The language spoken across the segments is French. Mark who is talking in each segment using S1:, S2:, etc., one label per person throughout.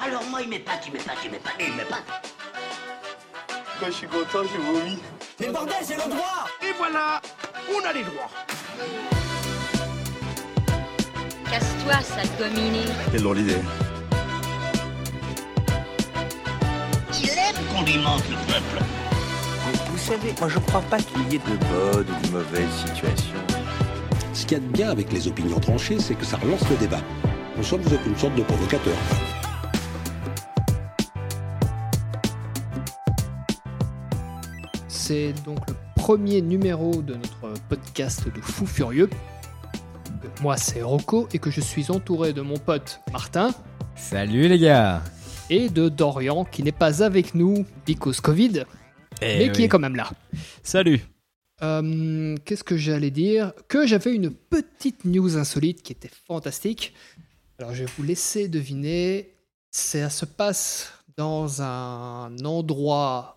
S1: Alors moi, il m'épate, il m'épate, il m'épate, il m'épate.
S2: Quand je suis content, je vomis.
S3: Mais bordel, j'ai le droit
S4: Et voilà, on a les droits.
S5: Casse-toi, sale dominé.
S6: Quelle drôle d'idée.
S1: Il aime qu'on lui mente, le peuple.
S6: Vous savez, moi je crois pas qu'il y ait de bonnes ou de mauvaises situations.
S7: Ce qu'il y a de bien avec les opinions tranchées, c'est que ça relance le débat. Nous sommes une sorte de provocateur.
S8: C'est donc le premier numéro de notre podcast de Fou Furieux. Moi, c'est Rocco et que je suis entouré de mon pote Martin
S9: Salut les gars
S8: et de Dorian qui n'est pas avec nous because Covid, mais qui est quand même là.
S9: Eh Salut
S8: Euh, Qu'est-ce que j'allais dire Que j'avais une petite news insolite qui était fantastique. Alors, je vais vous laisser deviner. Ça se passe dans un endroit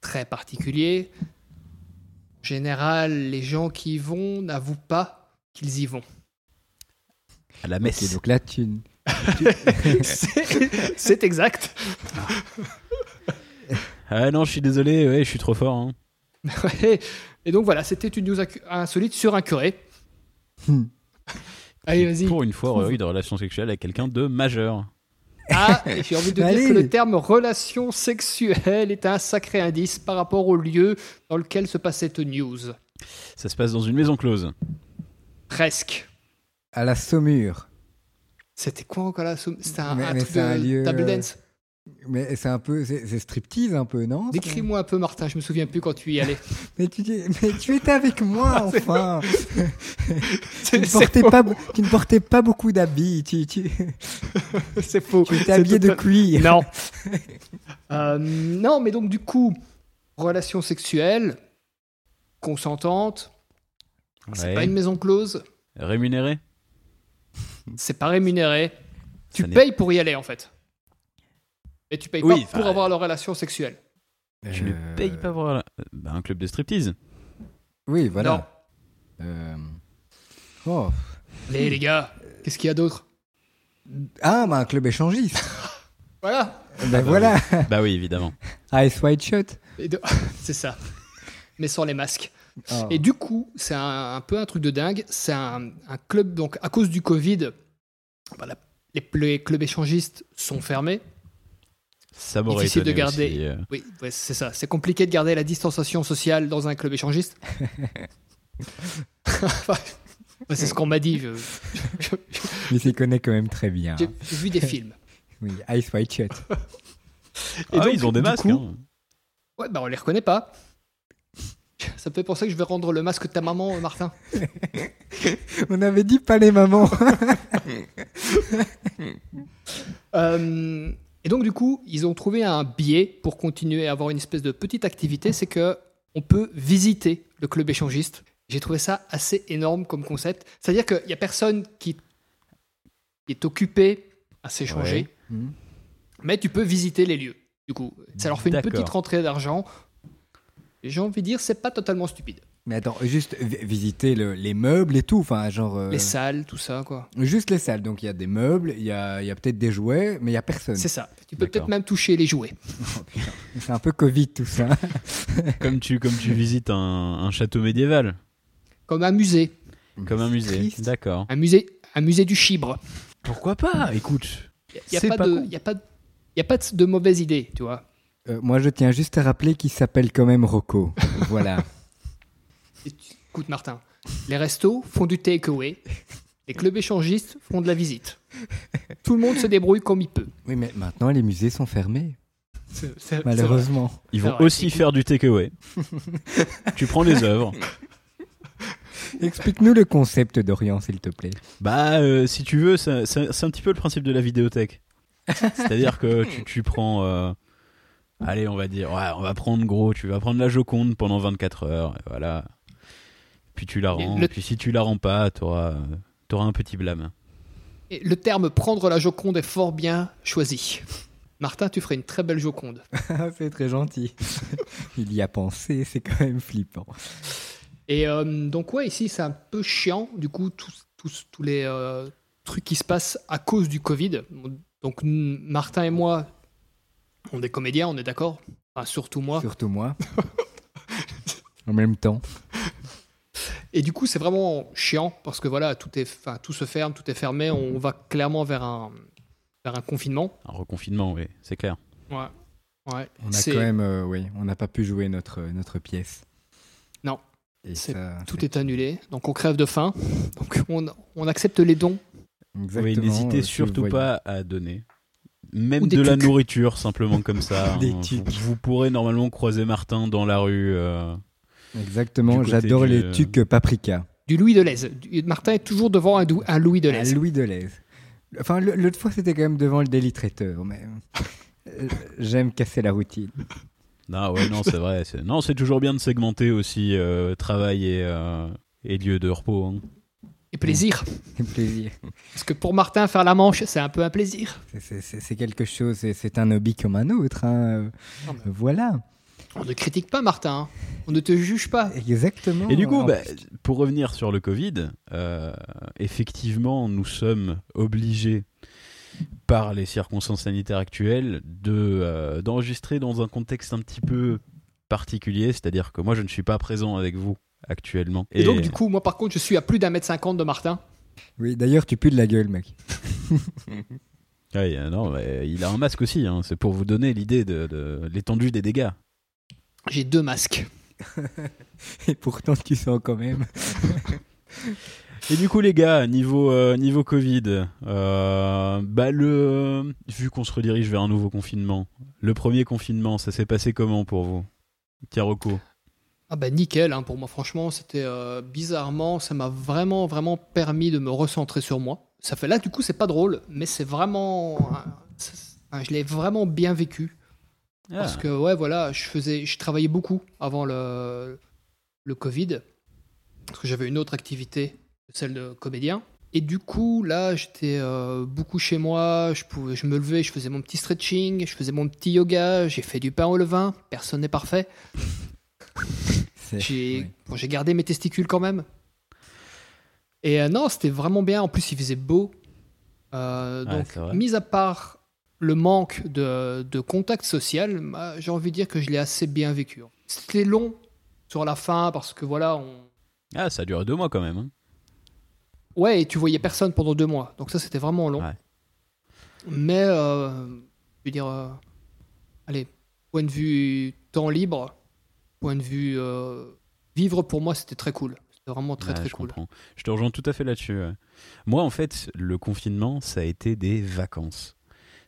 S8: très particulier. En général, les gens qui y vont n'avouent pas qu'ils y vont.
S9: À la messe.
S7: Ok, donc là, tu...
S8: C'est c'est exact.
S9: Ah non, je suis désolé, ouais, je suis trop fort. hein.
S8: Ouais. Et donc voilà, c'était une news incu- insolite sur un curé.
S7: Hmm.
S8: Allez, vas-y.
S9: Pour une fois, eu de relation sexuelle avec quelqu'un de majeur.
S8: Ah, et j'ai envie de dire
S7: Allez.
S8: que le terme relation sexuelle est un sacré indice par rapport au lieu dans lequel se passait cette news.
S9: Ça se passe dans une maison close.
S8: Presque.
S7: à la Saumure.
S8: C'était quoi encore là Soum- C'était un,
S7: Mais-
S8: un
S7: mais
S8: truc
S7: c'est
S8: de
S7: un lieu,
S8: table
S7: euh,
S8: dance.
S7: Mais c'est un peu, c'est c'est striptease un peu, non
S8: Décris-moi un peu, Martin, je me souviens plus quand tu y allais.
S7: Mais tu, dis- mais tu étais avec moi enfin. tu,
S8: C'est
S7: ne
S8: c'est
S7: portais
S8: faux.
S7: pas, be- tu ne portais pas beaucoup d'habits. Tu, tu,
S8: C'est faux.
S7: tu étais
S8: C'est
S7: habillé de
S8: tout à-
S7: cuir.
S8: Non. Euh, non, mais donc du coup, relation sexuelle, consentante, Ah, c'est
S9: Ouais.
S8: pas une maison close,
S9: Rémunéré
S8: c'est pas rémunéré. Tu
S9: Ça n'est-
S8: payes pour y aller en fait. Et tu payes
S9: Oui,
S8: pas pour
S9: enfin,
S8: avoir leur relation sexuelle.
S7: Euh,
S9: Tu
S8: Euh.
S9: ne payes pas pour... la- Bah, un club de striptease.
S7: Oui, voilà. Euh, oh.
S8: Mais les gars, qu'est-ce qu'il y a d'autre
S7: Ah, bah, un club échangiste.
S8: Voilà.
S7: ben voilà.
S9: Ah
S7: Ah,
S9: bah oui, évidemment.
S7: Ice White Shot.
S8: Et de- c'est ça. Mais sans les masques.
S7: Oh.
S8: Et du coup, c'est un, un peu un truc de dingue. C'est un, un club, donc à cause du Covid, bah, la- les, les clubs échangistes sont fermés.
S9: Ça m'aurait
S8: Difficile
S9: étonné
S8: de garder.
S9: aussi, euh.
S8: Oui, ouais, c'est ça. C'est compliqué de garder la distanciation sociale dans un club échangiste. Enfin, bah, c'est ce qu'on m'a dit. je- je- je-
S7: Il Oh, s'y connaît quand même très bien.
S8: J'ai j'ai vu des films.
S7: Oui, Ice White Shot.
S9: Ah
S8: donc,
S9: oui, ils ont des
S8: du
S9: masques.
S8: coup,
S9: hein.
S8: Ouais, bah on les reconnaît pas. Ça me fait penser que je vais rendre le masque de ta maman, euh, Martin.
S7: On avait dit pas les mamans.
S8: Euh, et donc du coup, ils ont trouvé un biais pour continuer à avoir une espèce de petite activité, c'est que on peut visiter le club échangiste. J'ai trouvé ça assez énorme comme concept. C'est-à-dire qu'il n'y a personne qui qui est occupé à s'échanger,
S9: Ouais. Mmh.
S7: Mhm.
S8: mais tu peux visiter les lieux. Du coup, ça leur fait une
S9: D'accord.
S8: petite rentrée d'argent. Et J'ai envie de dire, c'est pas totalement stupide.
S7: Mais attends, juste vi- visiter le- les meubles et tout. Enfin, genre. euh,
S8: Les salles, tout ça, quoi.
S7: Juste les salles. Donc il y a des meubles, il y a, il y a peut-être des jouets, mais il y a personne.
S8: C'est
S7: C'est
S8: ça. Tu peux
S9: D'accord.
S8: peut-être même toucher les jouets.
S7: un peu Covid tout ça.
S9: hein. Comme, tu, comme tu visites un, un château médiéval,
S8: Comme un musée.
S9: comme un
S7: C'est
S9: musée.
S7: triste.
S9: D'accord.
S8: Un musée, un musée du chibre.
S9: Pourquoi pas Écoute.
S8: Il
S9: C'est
S8: n'y a,
S9: pas
S8: pas de-
S9: con.
S8: y a pas de- y a pas de de mauvaise idée, tu vois.
S7: Euh, moi, je tiens juste à rappeler qu'il s'appelle quand même Rocco. voilà.
S8: Et tu- Écoute, Martin, les restos font du takeaway, les clubs échangistes font de la visite. Tout le monde se débrouille comme il peut.
S7: Oui, mais maintenant les musées sont fermés,
S8: C'est- c'est-
S7: malheureusement.
S9: Ils
S8: C'est
S9: vont
S8: vrai,
S9: aussi
S8: Ah c'est
S9: faire du takeaway. tu prends les œuvres.
S7: Explique-nous le concept d'Orient, s'il te plaît.
S9: Bah, euh, si tu veux, ça- ça- c'est un petit peu le principe de la vidéothèque. C'est-à-dire que tu, tu prends. euh, allez, on va dire. Ouais, on va prendre gros. Tu vas prendre la Joconde pendant 24 heures. et voilà. Puis tu la rends.
S8: Le-
S9: Puis si tu la rends pas, t'auras euh, t'auras un petit blâme. hein.
S8: c'est- Et le terme prendre la Joconde est fort bien choisi. Martin, tu ferais une très belle Joconde.
S7: c'est très gentil. Il y a pensé, c'est quand même flippant.
S8: Et euh, donc, ouais, ici, c'est un peu chiant, du coup, tous, tous, tous les euh, trucs qui se passent à cause du Covid. Donc, n- Martin et moi, on est comédiens, on est d'accord Enfin, surtout moi.
S7: Surtout moi. en même temps.
S8: Et du coup, c'est vraiment chiant parce que voilà, tout, est, enfin, tout se ferme, tout est fermé. On va clairement vers un, vers un confinement.
S9: Un reconfinement, oui, c'est clair.
S8: Ouais. ouais.
S7: On a
S8: C'est-
S7: quand même, euh, oui, on n'a pas pu jouer notre, notre pièce.
S8: Non.
S7: Et
S8: C'est-
S7: ça,
S8: Tout est
S7: c'est-
S8: annulé. Donc, on crève de faim. Donc, on, on accepte les dons.
S9: Oui,
S7: Exactement,
S9: n'hésitez
S7: euh, si vous
S9: surtout
S7: voyez.
S9: pas à donner. Même
S8: Ou des
S9: de la
S8: tucs.
S9: nourriture, simplement comme ça.
S7: Des
S9: hein.
S7: tucs.
S9: Vous, vous pourrez normalement croiser Martin dans la rue. euh, du
S7: Exactement,
S9: côté
S7: j'adore
S9: du-
S7: les tucs paprika.
S8: Du Louis de Lèze. Du- Martin est toujours devant un, dou- un Louis de
S7: À
S8: Lèze.
S7: Louis Deleuze. Enfin, le- l'autre fois, c'était quand même devant le Daily Traiteur, mais euh, j'aime casser la routine.
S9: Non, ouais, non, c'est vrai. c'est- Non, c'est toujours bien de segmenter aussi euh, travail et, euh, et lieu de repos. hein.
S8: Et plaisir.
S7: C'est plaisir.
S8: Parce que pour Martin, faire la manche, c'est un peu un plaisir.
S7: C'est- C'est c'est- c'est quelque chose, c'est- c'est un hobby comme un autre. hein.
S8: Non, mais-
S7: Voilà,
S8: On ne critique pas Martin. hein. On ne te juge pas.
S7: exactement.
S9: Et du coup,
S7: En
S9: bah,
S7: plus,
S9: pour revenir sur le Covid, euh, effectivement, nous sommes obligés par les circonstances sanitaires actuelles de euh, d'enregistrer dans un contexte un petit peu particulier, c'est-à-dire que moi je ne suis pas présent avec vous actuellement.
S8: Et, donc, du coup, moi, par contre, je suis à plus d'un mètre cinquante de Martin.
S7: Oui, d'ailleurs, tu pues de la gueule, mec.
S9: Ouais, euh, non, mais il a un masque aussi, hein, c'est pour vous donner l'idée de, de l'étendue des dégâts.
S8: J'ai deux masques.
S7: Et pourtant, tu sens quand même.
S9: Et du coup, les gars, niveau, euh, niveau Covid, euh, bah le, vu qu'on se redirige vers un nouveau confinement, le premier confinement, ça s'est passé comment pour vous Carocco
S8: Ah bah nickel, hein, pour moi franchement, c'était euh, bizarrement, ça m'a vraiment vraiment permis de me recentrer sur moi. Ça fait là du coup c'est pas drôle, mais c'est vraiment, un- c'est- un- je l'ai vraiment bien vécu
S9: Ah.
S8: parce que ouais voilà, je faisais, je travaillais beaucoup avant le le Covid parce que j'avais une autre activité, celle de comédien. Et du coup là j'étais euh, beaucoup chez moi, je pouvais, je me levais, je faisais mon petit stretching, je faisais mon petit yoga, j'ai fait du pain au levain, personne n'est parfait.
S7: C'est-
S8: J'ai
S7: oui.
S8: bon, j'ai gardé mes testicules quand même. Et euh, non, c'était vraiment bien. En plus, il faisait beau. Euh,
S9: Ouais,
S8: donc,
S9: c'est vrai.
S8: mis à part le manque de, de contact social, bah, j'ai envie de dire que je l'ai assez bien vécu. C'était long sur la fin parce que voilà, on...
S9: Ah, ça a duré deux mois quand même. hein.
S8: ouais, et tu voyais personne pendant deux mois. Donc ça, c'était vraiment long.
S9: Ouais.
S8: Mais, euh, je veux dire, euh, allez, point de vue temps libre, point de vue euh, vivre, pour moi, c'était très cool. C'était vraiment très
S9: Ouais,
S8: très
S9: je
S8: cool.
S9: comprends. Je te rejoins tout à fait là-dessus. ouais. Moi, en fait, le confinement, ça a été des vacances.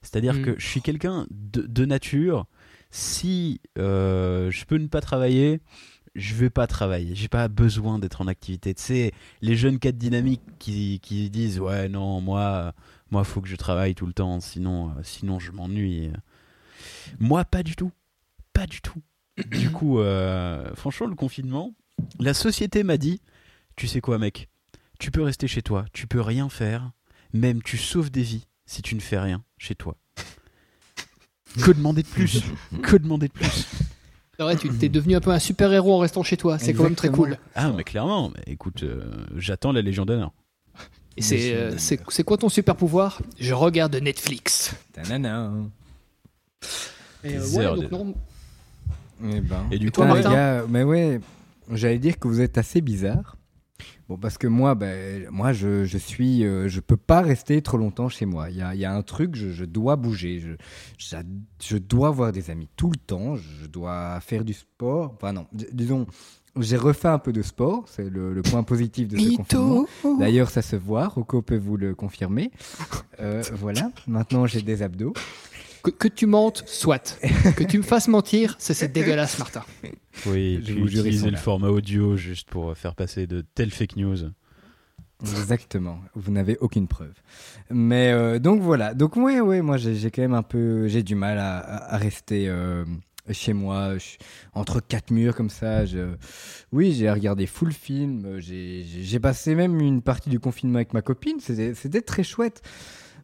S9: C'est-à-dire
S8: Mm.
S9: que je suis quelqu'un de, de nature. Si euh, je peux ne pas travailler, je vais pas travailler. J'ai pas besoin d'être en activité. Tu sais, les jeunes cadres dynamiques qui, qui disent ouais non moi moi faut que je travaille tout le temps sinon euh, sinon je m'ennuie. Moi pas du tout, pas du tout. du coup, euh, franchement le confinement, la société m'a dit tu sais quoi, mec Tu peux rester chez toi, tu peux rien faire, même tu sauves des vies si tu ne fais rien chez toi. Que demander de plus Que demander de plus
S8: C'est vrai, tu t'es devenu un peu un super-héros en restant chez toi. C'est quand même très cool.
S9: Ah, mais clairement, mais écoute, euh, j'attends la Légion d'honneur.
S8: Et c'est, euh, c'est, c'est quoi ton super-pouvoir Je regarde Netflix.
S7: Tanana.
S8: Et, euh,
S9: Des
S8: ouais,
S9: heures
S8: donc
S9: de-
S8: non,
S7: Eh ben.
S9: Et du
S8: toi,
S9: coup,
S7: les
S8: Martin
S7: gars, mais ouais, j'allais dire que vous êtes assez bizarre. Bon, parce que moi, ben, moi, je, je suis, euh, je peux pas rester trop longtemps chez moi. Il y a, il y a un truc, je, je dois bouger, je, j'a- je dois voir des amis tout le temps, je dois faire du sport. Enfin non, d- disons, j'ai refait un peu de sport, c'est le, le point positif de ce confinement.
S8: Bah,
S7: D'ailleurs, ça se voit, Rocco peut vous le confirmer. Euh, voilà, maintenant j'ai des abdos.
S8: que, que tu mentes, soit. que tu me fasses mentir, ça, c'est dégueulasse, Martin.
S9: oui,
S7: je
S9: j'ai
S7: vous jure, ils sont
S9: utilisé le
S7: là.
S9: format audio juste pour faire passer de telles fake news.
S7: Exactement. Vous n'avez aucune preuve. Mais euh, donc voilà. Donc ouais, ouais, moi j'ai j'ai quand même un peu, j'ai du mal à, à- à rester euh, chez moi, je- entre quatre murs comme ça. Je... Oui, j'ai regardé full film. euh, J'ai j'ai- j'ai passé même une partie du confinement avec ma copine. C'était c'était très chouette.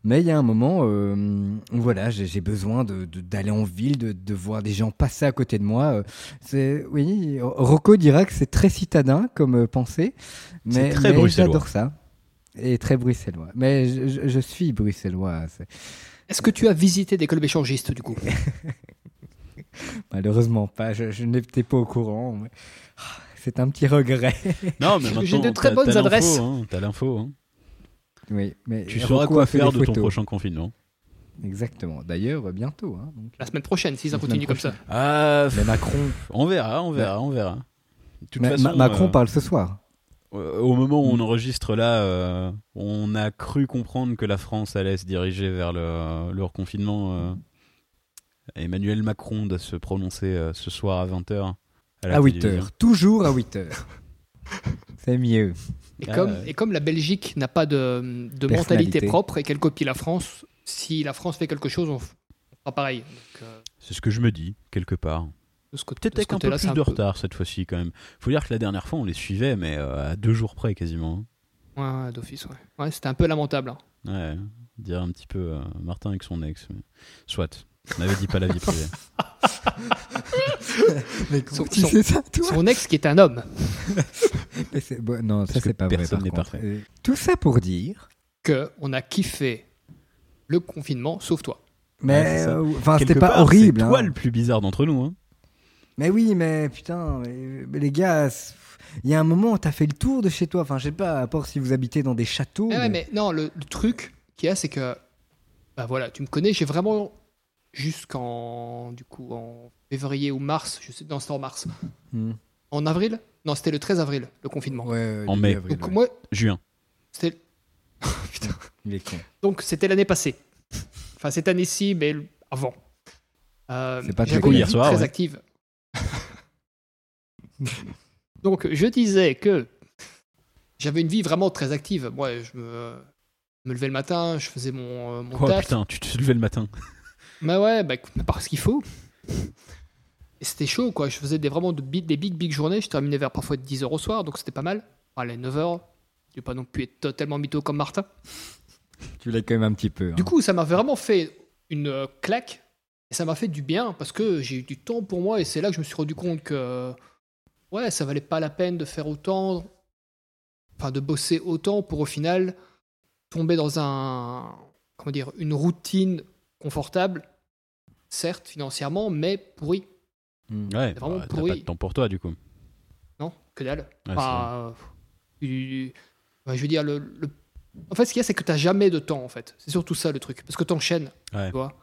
S7: Mais il y a un moment, euh, voilà, j'ai j'ai besoin de- de- d'aller en ville, de, de voir des gens passer à côté de moi. euh, C'est oui, Rocco dira que c'est très citadin comme euh, pensée,
S9: C'est
S7: mais,
S9: très
S7: mais
S9: bruxellois.
S7: j'adore ça. Et très bruxellois. Mais je, je- je suis bruxellois. c'est-
S8: Est-ce que tu as visité des clubs échangistes du coup
S7: Malheureusement pas, je, je n'étais pas au courant. mais- Ah, C'est un petit regret.
S9: Non, mais maintenant,
S8: J'ai de très
S9: t'as-
S8: bonnes
S9: t'as l'info,
S8: adresses.
S9: hein, T'as l'info. hein.
S7: Oui, mais
S9: Tu
S7: Rocco
S9: sauras
S7: a
S9: quoi
S7: fait
S9: faire
S7: des
S9: de ton
S7: photos.
S9: prochain confinement.
S7: Exactement. D'ailleurs, bientôt. hein, donc.
S8: La semaine prochaine, si ça
S7: La semaine
S8: continue comme ça.
S9: Ah,
S7: Mais Macron,
S9: on verra, on verra, on verra. De toute
S7: Ma-
S9: façon,
S7: Ma- Macron
S9: euh,
S7: parle ce soir.
S9: Euh, Au moment
S7: Mm.
S9: où on enregistre là, euh, on a cru comprendre que la France allait se diriger vers le, le reconfinement. euh. Emmanuel Macron doit se prononcer euh, ce soir à 20h.
S7: À 8h. Toujours à 8h. C'est mieux.
S8: Et,
S9: Ah,
S8: comme,
S9: ouais.
S8: et comme la Belgique n'a pas de, de mentalité
S7: Personnalité.
S8: propre et qu'elle copie la France, si la France fait quelque chose, on f- on fera pareil. Donc, euh,
S9: C'est ce que je me dis, quelque part.
S8: de ce côté,
S9: Peut-être
S8: de ce
S9: avec un peu
S8: côté-là,
S9: plus
S8: c'est
S9: de
S8: un peu-
S9: retard cette fois-ci, quand même. Faut dire que la dernière fois, on les suivait, mais euh, à deux jours près quasiment.
S8: Ouais, ouais, d'office, ouais. Ouais, c'était un peu lamentable. hein.
S9: Ouais, dire un petit peu euh, Martin avec son ex. mais- Soit. On n'avait dit pas la vie privée.
S7: Mais
S8: comment Son-
S7: tu
S8: tu son-
S7: sais
S8: sais
S7: ça, toi
S8: Son ex qui est un homme.
S7: Non, ça
S9: Parce que
S7: c'est pas vrai.
S9: personne
S7: par
S9: n'est
S7: contre.
S9: parfait.
S7: Euh, Tout ça pour dire.
S8: que on a kiffé le confinement, sauf toi.
S9: c'est
S7: Mais
S9: ça.
S7: euh, enfin, c'était
S9: Quelque
S7: pas
S9: part,
S7: horrible.
S9: C'est toi
S7: hein.
S9: le plus bizarre d'entre nous. hein.
S7: Mais oui, mais putain, mais- mais les gars, c'est- il y a un moment, t'as fait le tour de chez toi. Enfin, je sais pas, à part si vous habitez dans des châteaux.
S8: Eh ouais,
S7: mais-
S8: mais non, le, le truc qu'il y a, c'est que, bah voilà, tu me connais, j'ai vraiment jusqu'en, du coup, en février ou mars, je sais, non, c'était en mars,
S7: Hmm.
S8: en avril, non, c'était le 13 avril, le confinement.
S7: Ouais, euh,
S9: En
S7: début
S9: mai.
S7: avril,
S8: Donc
S7: ouais.
S8: moi,
S9: Juin.
S8: c'était,
S7: Il est con.
S8: donc c'était l'année passée, enfin cette année-ci, mais l- avant. Euh,
S7: C'est pas
S8: j'avais
S7: très
S8: une
S9: hier
S8: vie
S9: soir,
S8: très
S9: ouais.
S8: active. donc je disais que j'avais une vie vraiment très active. Moi, je me, me levais le matin, je faisais mon, euh, mon
S9: Oh
S8: taf.
S9: putain, tu te levais le matin.
S8: Bah ouais, bah écoute, par ce qu'il faut. Et c'était chaud, quoi. Je faisais des, vraiment de bi- des big, big journées. Je terminais vers parfois 10h au soir, donc c'était pas mal. Allez, 9h. J'ai pas non plus être totalement mytho comme Martin.
S7: Tu l'as quand même un petit peu.
S8: Du
S7: hein.
S8: coup, ça m'a vraiment fait une euh, claque. Et ça m'a fait du bien parce que j'ai eu du temps pour moi. Et c'est là que je me suis rendu compte que, euh, ouais, ça valait pas la peine de faire autant. Enfin, de bosser autant pour au final tomber dans un. Comment dire Une routine confortable, certes, financièrement, mais pourrie.
S7: Hmm.
S9: Ouais,
S8: C'est vraiment
S9: bah, t'as
S8: pourri.
S9: pas de temps pour toi du coup.
S8: Non, que dalle.
S9: Ouais,
S8: Enfin, euh, tu- ouais, je veux dire, le, le- en fait, ce qu'il y a, c'est que tu n'as jamais de temps, en fait. C'est surtout ça le truc. Parce que tu enchaînes,
S9: Ouais.
S8: tu vois.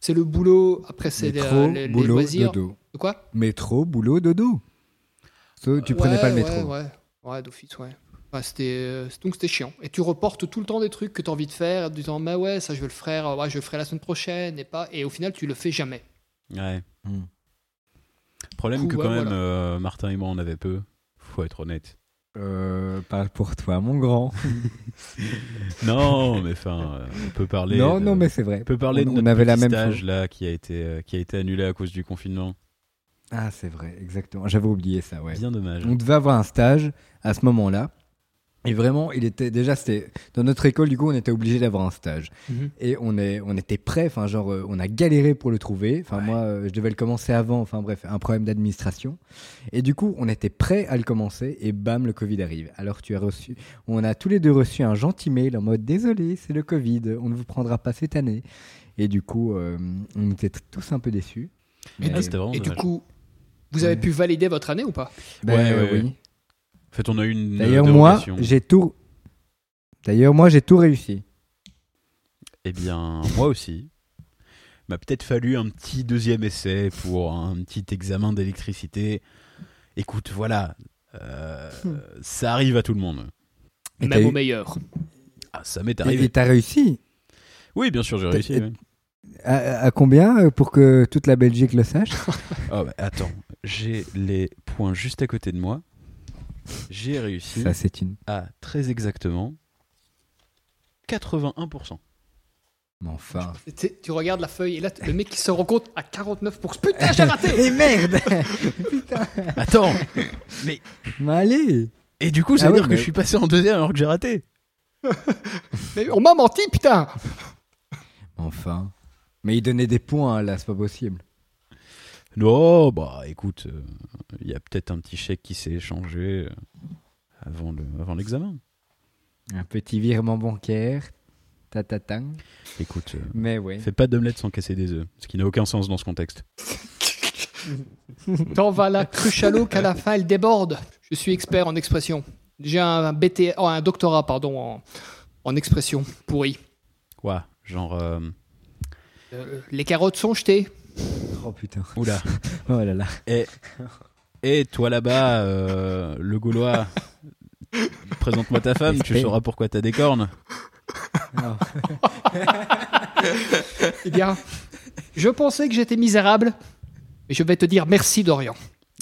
S8: C'est le boulot, après, c'est les,
S7: Métro,
S8: les- les
S7: boulot,
S8: loisirs.
S7: dodo.
S8: De quoi
S7: Métro, boulot, dodo. So, tu prenais
S8: Ouais,
S7: pas le
S8: ouais,
S7: métro.
S8: Ouais, ouais, d'office, ouais. Enfin, c'était, euh, donc c'était chiant. Et tu reportes tout le temps des trucs que tu as envie de faire, en disant, mais ouais, ça je vais le faire, euh, ouais, je le ferai la semaine prochaine, et pas. Et au final, tu le fais jamais.
S9: c'est- Ouais.
S7: Hmm.
S9: Problème
S8: Du
S9: que
S8: coup,
S9: quand
S8: ouais,
S9: même
S8: voilà.
S9: euh, Martin et moi on avait peu. Faut être honnête.
S7: Euh, parle pour toi, mon grand.
S9: Non, mais enfin, euh, on peut parler.
S7: non,
S9: de-
S7: non, mais c'est vrai.
S9: On peut parler
S7: On-
S9: de
S7: on
S9: notre
S7: avait la
S9: petit
S7: même
S9: stage
S7: chose.
S9: là qui a été euh, qui a été annulé à cause du confinement.
S7: Ah, c'est vrai, exactement. J'avais oublié ça, ouais.
S9: Bien dommage.
S7: On devait avoir un stage à ce moment-là. Et vraiment, il était déjà, c'était dans notre école, du coup, on était obligé d'avoir un stage.
S8: Mhm.
S7: Et on, est, on était prêt, enfin, genre, euh, on a galéré pour le trouver. Enfin, moi, euh, je devais le commencer avant, enfin, bref, un problème d'administration. Et du coup, on était prêt à le commencer, et bam, le Covid arrive. Alors, tu as reçu, on a tous les deux reçu un gentil mail en mode Désolé, c'est le Covid, on ne vous prendra pas cette année. Et du coup, euh, on était t- tous un peu déçus.
S9: Ah, c'était vraiment
S8: et du
S9: dommage.
S8: coup, vous avez
S7: Oh, Ouais.
S8: pu valider votre année ou pas
S7: Ben,
S9: Ouais, ouais,
S7: oui.
S9: ouais. En fait, on a eu une
S7: D'ailleurs, moi,
S9: dérogation.
S7: j'ai tout. D'ailleurs, moi, j'ai tout réussi.
S9: Eh bien, moi aussi. M'a peut-être fallu un petit deuxième essai pour un petit examen d'électricité. Écoute, voilà, euh,
S7: Hmm.
S9: ça arrive à tout le monde.
S7: Et
S8: Même
S7: t'as
S8: au
S7: eu-
S8: meilleur.
S9: Ah, ça m'est
S7: Et- Et
S9: arrivé.
S7: t'as réussi
S9: Oui, bien sûr, j'ai
S7: t'as-
S9: réussi.
S7: et-
S9: ouais.
S7: à, à combien euh, pour que toute la Belgique le sache
S9: Oh, bah, attends, j'ai les points juste à côté de moi. J'ai réussi
S7: Ça, c'est une.
S9: à très exactement 81%.
S7: Mais Enfin.
S8: Tu sais, Tu regardes la feuille et là, t- le mec qui se rend compte à 49%. Putain, j'ai raté
S7: Et Eh, merde
S9: Attends
S7: Mais allez
S9: Et du coup, ça
S7: Ah
S9: veut
S7: oui,
S9: dire
S7: mais-
S9: que je suis passé en deuxième alors que j'ai raté
S8: Mais on m'a menti, putain
S7: Enfin. Mais il donnait des points, hein, là, c'est pas possible.
S9: Non, bah écoute, euh, il y a peut-être un petit chèque qui s'est échangé euh, avant le- avant l'examen.
S7: Un petit virement bancaire. Tatatang.
S9: Écoute, euh,
S7: Mais ouais.
S9: fais pas d'omelette sans casser des œufs, ce qui n'a aucun sens dans ce contexte.
S8: T'en vas la cruche à l'eau qu'à la fin elle déborde. Je suis expert en expression. J'ai un, un BT, oh, un doctorat pardon en, en expression pourri.
S9: Quoi Genre. euh,
S8: Euh, les carottes sont jetées.
S7: Oh putain.
S9: Oula.
S7: Oh là là.
S9: Et, et toi là-bas, euh, le Gaulois, présente-moi ta femme, tu
S7: Espèce.
S9: sauras pourquoi t'as des cornes.
S8: Eh bien, je pensais que j'étais misérable, mais je vais te dire merci Dorian.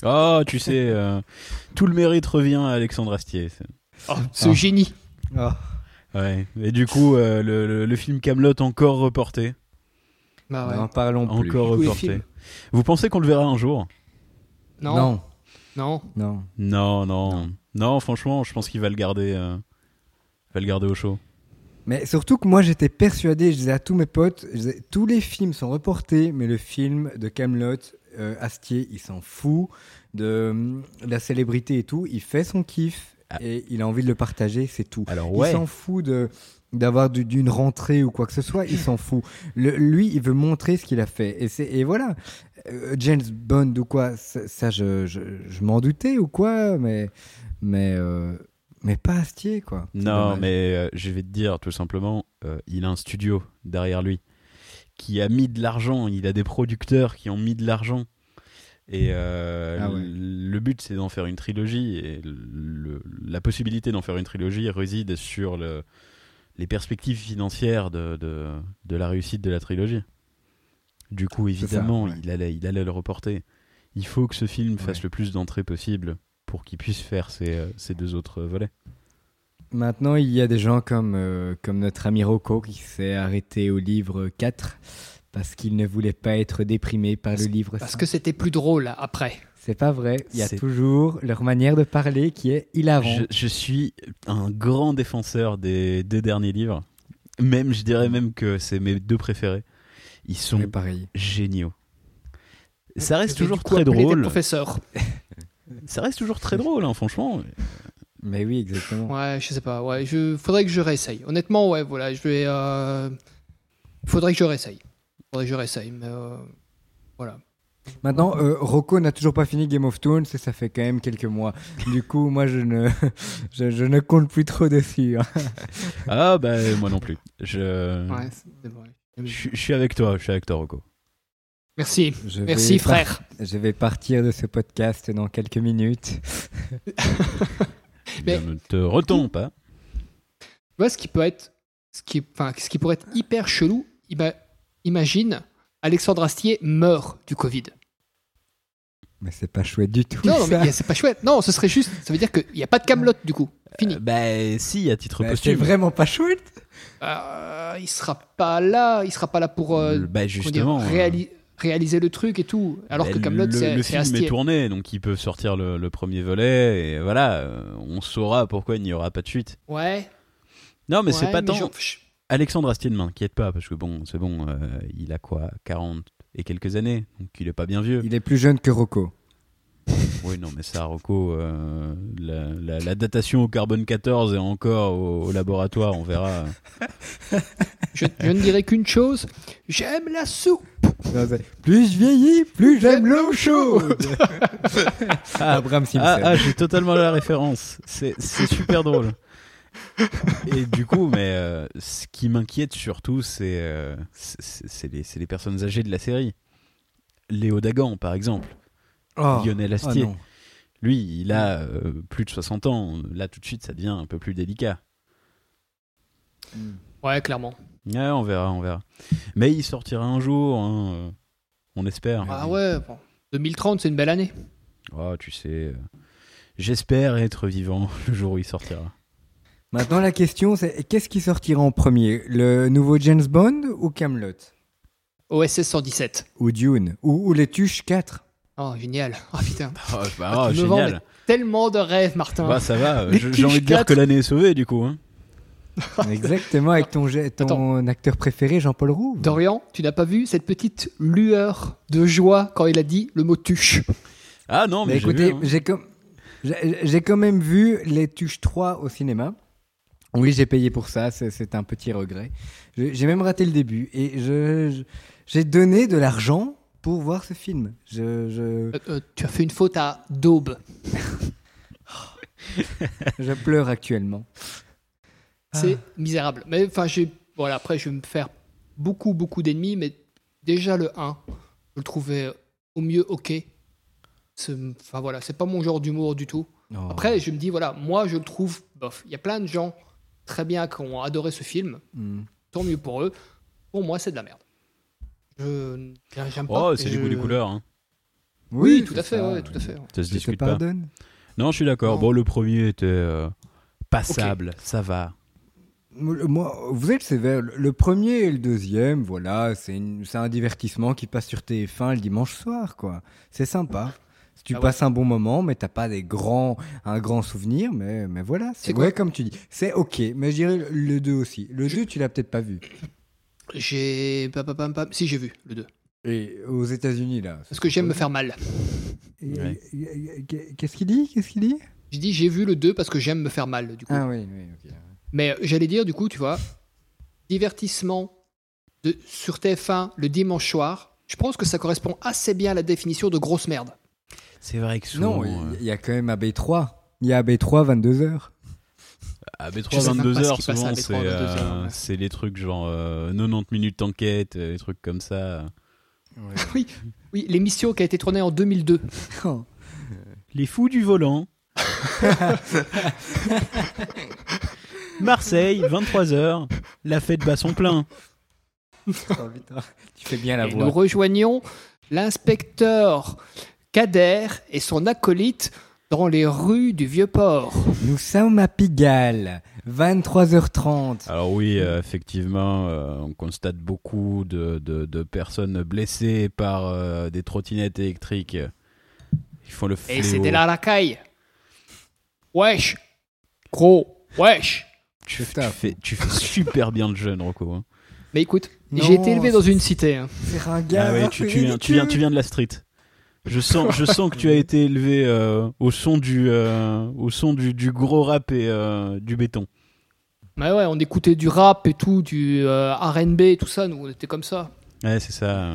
S9: Oh, tu sais, euh, tout le mérite revient à Alexandre Astier. c'est-
S8: Ce
S7: Ah.
S8: génie.
S7: Oh.
S9: Ouais. Et du coup, euh, le, le- le film Camelot encore reporté.
S8: Bah ouais.
S7: N'en parlons plus.
S9: Encore
S8: Tous les
S9: reporté.
S8: films.
S9: Vous pensez qu'on le verra un jour
S8: Non, non,
S7: Non. non.
S9: non, non, non. franchement, je pense qu'il va le garder. euh, va le garder au chaud.
S7: Mais surtout que moi j'étais persuadé, je disais à tous mes potes, je disais, tous les films sont reportés, mais le film de Camelot, euh, Astier, il s'en fout de, hum, de la célébrité et tout, il fait son kiff
S9: Ah.
S7: et il a envie de le partager, c'est tout.
S9: Alors
S7: Il s'en fout de d'avoir du- d'une rentrée ou quoi que ce soit, il s'en fout. Le- lui, il veut montrer ce qu'il a fait. Et, c'est- et voilà, Euh, James Bond ou quoi, ça, ça, je, je, je m'en doutais ou quoi, mais, mais, euh, mais pas Astier, quoi. C'est
S9: Non,
S7: dommage.
S9: mais euh, je vais te dire tout simplement, euh, il a un studio derrière lui qui a mis de l'argent, il a des producteurs qui ont mis de l'argent. Et euh,
S7: Ah ouais.
S9: l- le but, c'est d'en faire une trilogie. Et le- la possibilité d'en faire une trilogie réside sur le- les perspectives financières de, de- de la réussite de la trilogie. Du coup,
S7: ça,
S9: évidemment,
S7: ouais.
S9: il, allait, il allait le reporter. Il faut que ce film fasse
S7: Ouais.
S9: le plus d'entrées possible pour qu'il puisse faire ses, euh, ses deux autres volets.
S7: Maintenant, il y a des gens comme, euh, comme notre ami Rocco qui s'est arrêté au livre 4 parce qu'il ne voulait pas être déprimé par le livre
S8: Parce
S7: 5.
S8: que c'était plus drôle après.
S7: C'est pas vrai, il y a
S9: C'est-
S7: toujours leur manière de parler qui est hilarante.
S9: Je, je suis un grand défenseur des deux derniers livres. Même, je dirais même que c'est mes deux préférés. Ils sont
S7: Mais pareil.
S9: géniaux. Ça
S8: Je
S9: reste
S8: vais
S9: toujours
S8: du coup
S9: très
S8: appeler des
S9: drôle.
S8: professeurs.
S9: Ça reste toujours très drôle, hein, franchement.
S7: Mais oui, exactement.
S8: Ouais, je sais pas. Ouais, je faudrait que je réessaye. Honnêtement, ouais, voilà, je vais. euh, Faudrait que je réessaye. Faudrait que je réessaye. Mais euh, voilà.
S7: Maintenant, euh, Rocco n'a toujours pas fini Game of Thrones et ça fait quand même quelques mois. Du coup, moi, je ne, je, je ne compte plus trop dessus. hein.
S9: Ah bah moi non plus. Je,
S8: Ouais, c'est vrai.
S9: je, suis- je suis avec toi, je suis avec toi, Rocco.
S8: Merci.
S7: Je
S8: Merci,
S7: vais par-
S8: frère.
S7: Je vais partir de ce podcast dans quelques minutes.
S9: Eh
S8: Mais-
S9: bien, Ne te retombe pas.
S8: Tu vois, ce qui peut être. Ce qui, enfin, ce qui pourrait être hyper chelou, ima- imagine, Alexandre Astier meurt du Covid.
S7: Mais c'est pas chouette du tout.
S8: Non, non,
S7: ça.
S8: mais c'est pas chouette. Non, ce serait juste. Ça veut dire qu'il n'y a pas de Camelot du coup. Fini.
S9: bah si, à titre
S7: Bah, c'est
S9: posthume.
S7: vraiment pas chouette.
S8: Euh, il sera pas là. Il sera pas là pour.
S9: bah
S8: euh, comment dire,
S9: justement. euh,
S8: réali- réaliser le truc et tout. Alors
S9: Bah,
S8: que Camelot,
S9: le,
S8: c'est
S9: le
S8: c'est
S9: film
S8: Astier.
S9: est tourné, donc ils peuvent sortir le, le premier volet et voilà, euh, on saura pourquoi il n'y aura pas de suite.
S8: Ouais.
S9: Non, mais c'est
S8: ouais,
S9: pas tant.
S8: je-
S9: Alexandre Astier ne m'inquiète pas parce que bon, c'est bon, euh, il a quoi, 40 et quelques années, donc il est pas bien vieux.
S7: Il est plus jeune que Rocco.
S9: Oui, non, mais ça, Rocco, euh, la, la- la datation au carbone 14 et encore au, au laboratoire, on verra.
S8: Je, je ne dirais qu'une chose. J'aime la soupe.
S7: Non, c'est- plus je vieillis, plus j'aime l'eau chaude. Abraham Simpson.
S9: Ah, ah, j'ai totalement la référence. C'est c'est super drôle. Et du coup, mais euh, ce qui m'inquiète surtout, c'est euh, c'est- c'est c'est les, c'est les personnes âgées de la série. Léo Dagan, par exemple,
S7: Oh,
S9: Lionel
S7: oh
S9: Astier.
S7: non.
S9: Lui, il a euh, plus de 60 ans. Là, tout de suite, ça devient un peu plus délicat.
S8: Ouais, clairement.
S9: Ouais, on verra, on verra. Mais il sortira un jour, hein, euh, on espère.
S8: Ah ouais, bon. 2030, c'est une belle année.
S9: Oh, tu sais, euh, j'espère être vivant le jour où il sortira.
S7: Maintenant, la question, c'est qu'est-ce qui sortira en premier Le nouveau James Bond ou Camelot
S8: OSS 117.
S7: Ou Dune ou, ou les Tuches 4
S8: Oh, génial. Oh, putain.
S9: Oh, bah,
S8: Ah,
S9: oh,
S8: tu me vends,
S9: génial.
S8: Tellement de rêves, Martin.
S9: Bah, ça va, euh,
S8: Les
S9: je- j'ai envie de dire
S8: Tuches
S9: que l'année est sauvée du coup. hein.
S7: Exactement, avec ton, jeu- ton acteur préféré, Jean-Paul Roux.
S8: Dorian, tu n'as pas vu cette petite lueur de joie quand il a dit le mot tuche
S9: Ah non, mais,
S7: Mais
S9: j'ai
S7: écoutez,
S9: vu, hein.
S7: j'ai com- j'ai- j'ai quand même vu les Tuches 3 au cinéma. Oui, j'ai payé pour ça, c'est- c'est un petit regret. Je- J'ai même raté le début et je- je- j'ai donné de l'argent pour voir ce film. Je, je,
S8: Euh, euh, tu as fait une faute à Daube.
S7: je pleure actuellement.
S8: C'est
S9: Ah.
S8: misérable. Mais enfin, j'ai. Voilà, après, je vais me faire beaucoup, beaucoup d'ennemis, mais déjà le 1, je le trouvais au mieux ok. C'est- Enfin voilà, c'est pas mon genre d'humour du tout.
S7: Oh.
S8: Après, je me dis, voilà, moi, je le trouve bof. Il y a plein de gens très bien qui ont adoré ce film,
S7: Mm.
S8: tant mieux pour eux. Pour moi, c'est de la merde. Je. J'aime pas.
S9: Oh, c'est du
S8: Je-
S9: goût des couleurs. Hein.
S8: Oui, tout
S7: c'est
S8: à fait,
S7: ça.
S8: ouais, tout à fait. ouais.
S9: Ça se
S7: Je te
S9: discute pas.
S7: pardonne.
S9: Non, je suis d'accord.
S8: Non.
S9: Bon, le premier était euh, passable, ça va.
S7: Moi, vous êtes sévère. Le- Le premier et le deuxième, voilà, c'est une- c'est un divertissement qui passe sur TF1 le dimanche soir, quoi. C'est sympa. Si tu
S8: Ah ouais.
S7: passes un bon moment, mais t'as pas des grands, un grand souvenir, mais, mais voilà.
S8: C'est
S7: C'est
S8: quoi
S7: ouais, comme tu dis. C'est ok, mais je dirais le 2 aussi. Le 2, tu l'as peut-être pas vu.
S8: J'ai. pam, pam, pam, pam. Si, j'ai vu le 2.
S7: Et aux États-Unis, là.
S8: Parce que j'aime me faire mal.
S7: Et-
S9: Ouais.
S7: et- et- Qu'est-ce qu'il dit Qu'est-ce qu'il dit
S8: Je dis, j'ai vu le 2 parce que j'aime me faire mal, du coup.
S7: Ah oui, oui, ok.
S8: Mais euh, j'allais dire, du coup, tu vois, divertissement de, sur TF1 le dimanche soir, je pense que ça correspond assez bien à la définition de grosse merde.
S9: C'est vrai que souvent. euh,
S7: Non, il y- il y a quand même AB3. Il y a AB3, 22h.
S9: À
S8: Je sais
S9: B3,
S8: même pas ce
S9: 22h,
S8: qui passe à
S9: souvent,
S8: B3,
S9: c'est
S8: 22
S9: euh,
S8: heures, ouais.
S9: c'est les trucs genre euh, 90 minutes d'enquête, euh, les trucs comme ça.
S8: oui, oui l'émission qui a été tournée en 2002.
S9: Les fous du volant. Marseille, 23h, la fête bat son plein.
S7: tu fais bien la
S8: Et
S7: voix.
S8: nous rejoignons l'inspecteur Kader et son acolyte dans les rues du Vieux-Port.
S7: Nous sommes à Pigalle, 23h30.
S9: Alors oui, euh, effectivement, euh, on constate beaucoup de, de- de personnes blessées par euh, des trottinettes électriques. Ils font le
S8: Et
S9: fléau.
S8: c'était là la caille. Wesh, gros, wesh.
S9: Tu,
S7: C'est
S9: tu
S7: ça.
S9: fais, tu fais super bien le jeune, Rocco. hein.
S8: Mais écoute,
S7: Non,
S8: j'ai été élevé dans une cité. hein.
S7: C'est
S9: Ah
S7: ringard.
S9: ouais, tu, tu viens, tu, viens, tu viens de la street. Je sens, je sens que tu as été élevé euh, au son du, euh, au son du, du gros rap et euh, du béton.
S8: Mais ouais, on écoutait du rap et tout, du euh, R&B et tout ça. Nous, on était comme ça.
S9: Ouais, c'est ça.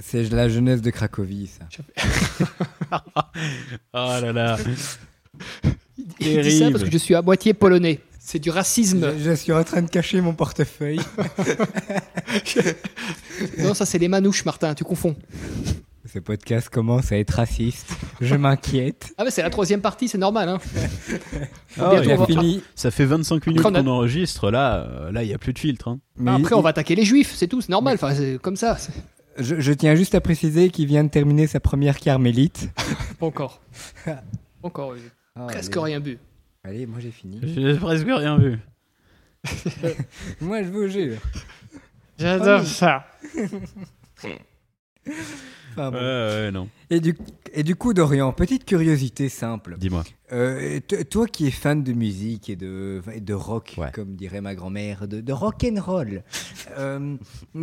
S7: C'est la jeunesse de Cracovie, ça.
S9: Oh là là.
S8: Il dit ça parce
S9: Terrible.
S8: que je suis à moitié polonais. C'est du racisme.
S7: Je, je suis en train de cacher mon portefeuille.
S8: Non, ça c'est les manouches, Martin. Tu confonds.
S7: Ce podcast commence à être raciste. Je m'inquiète.
S8: Ah mais c'est la troisième partie, c'est normal. Hein.
S9: Ah,
S8: Bientôt,
S9: il
S7: a
S8: on va-
S7: fini.
S9: Ça fait 25 minutes
S8: Après, on a-
S9: qu'on enregistre. Là, euh, là, il y a plus de filtre. hein.
S7: Mais
S8: Bah, Après, on
S7: il-
S8: va attaquer les juifs, c'est tout, c'est normal. Enfin, c'est comme ça. c'est-
S7: Je, je tiens juste à préciser qu'il vient de terminer sa première carmélite.
S8: Pas encore. Pas encore. oui. Ah, Presque
S7: allez.
S8: rien bu.
S7: Allez, moi j'ai fini.
S9: J'ai presque rien vu.
S7: moi je vous jure.
S8: J'adore ça.
S9: Ouais,
S7: Enfin, bon.
S9: ouais, non.
S7: et, du, et du coup, Dorian, petite curiosité simple.
S9: Dis-moi.
S7: Euh, t- toi qui es fan de musique et de, et de rock,
S9: Ouais.
S7: comme dirait ma grand-mère, de, de rock and roll, euh,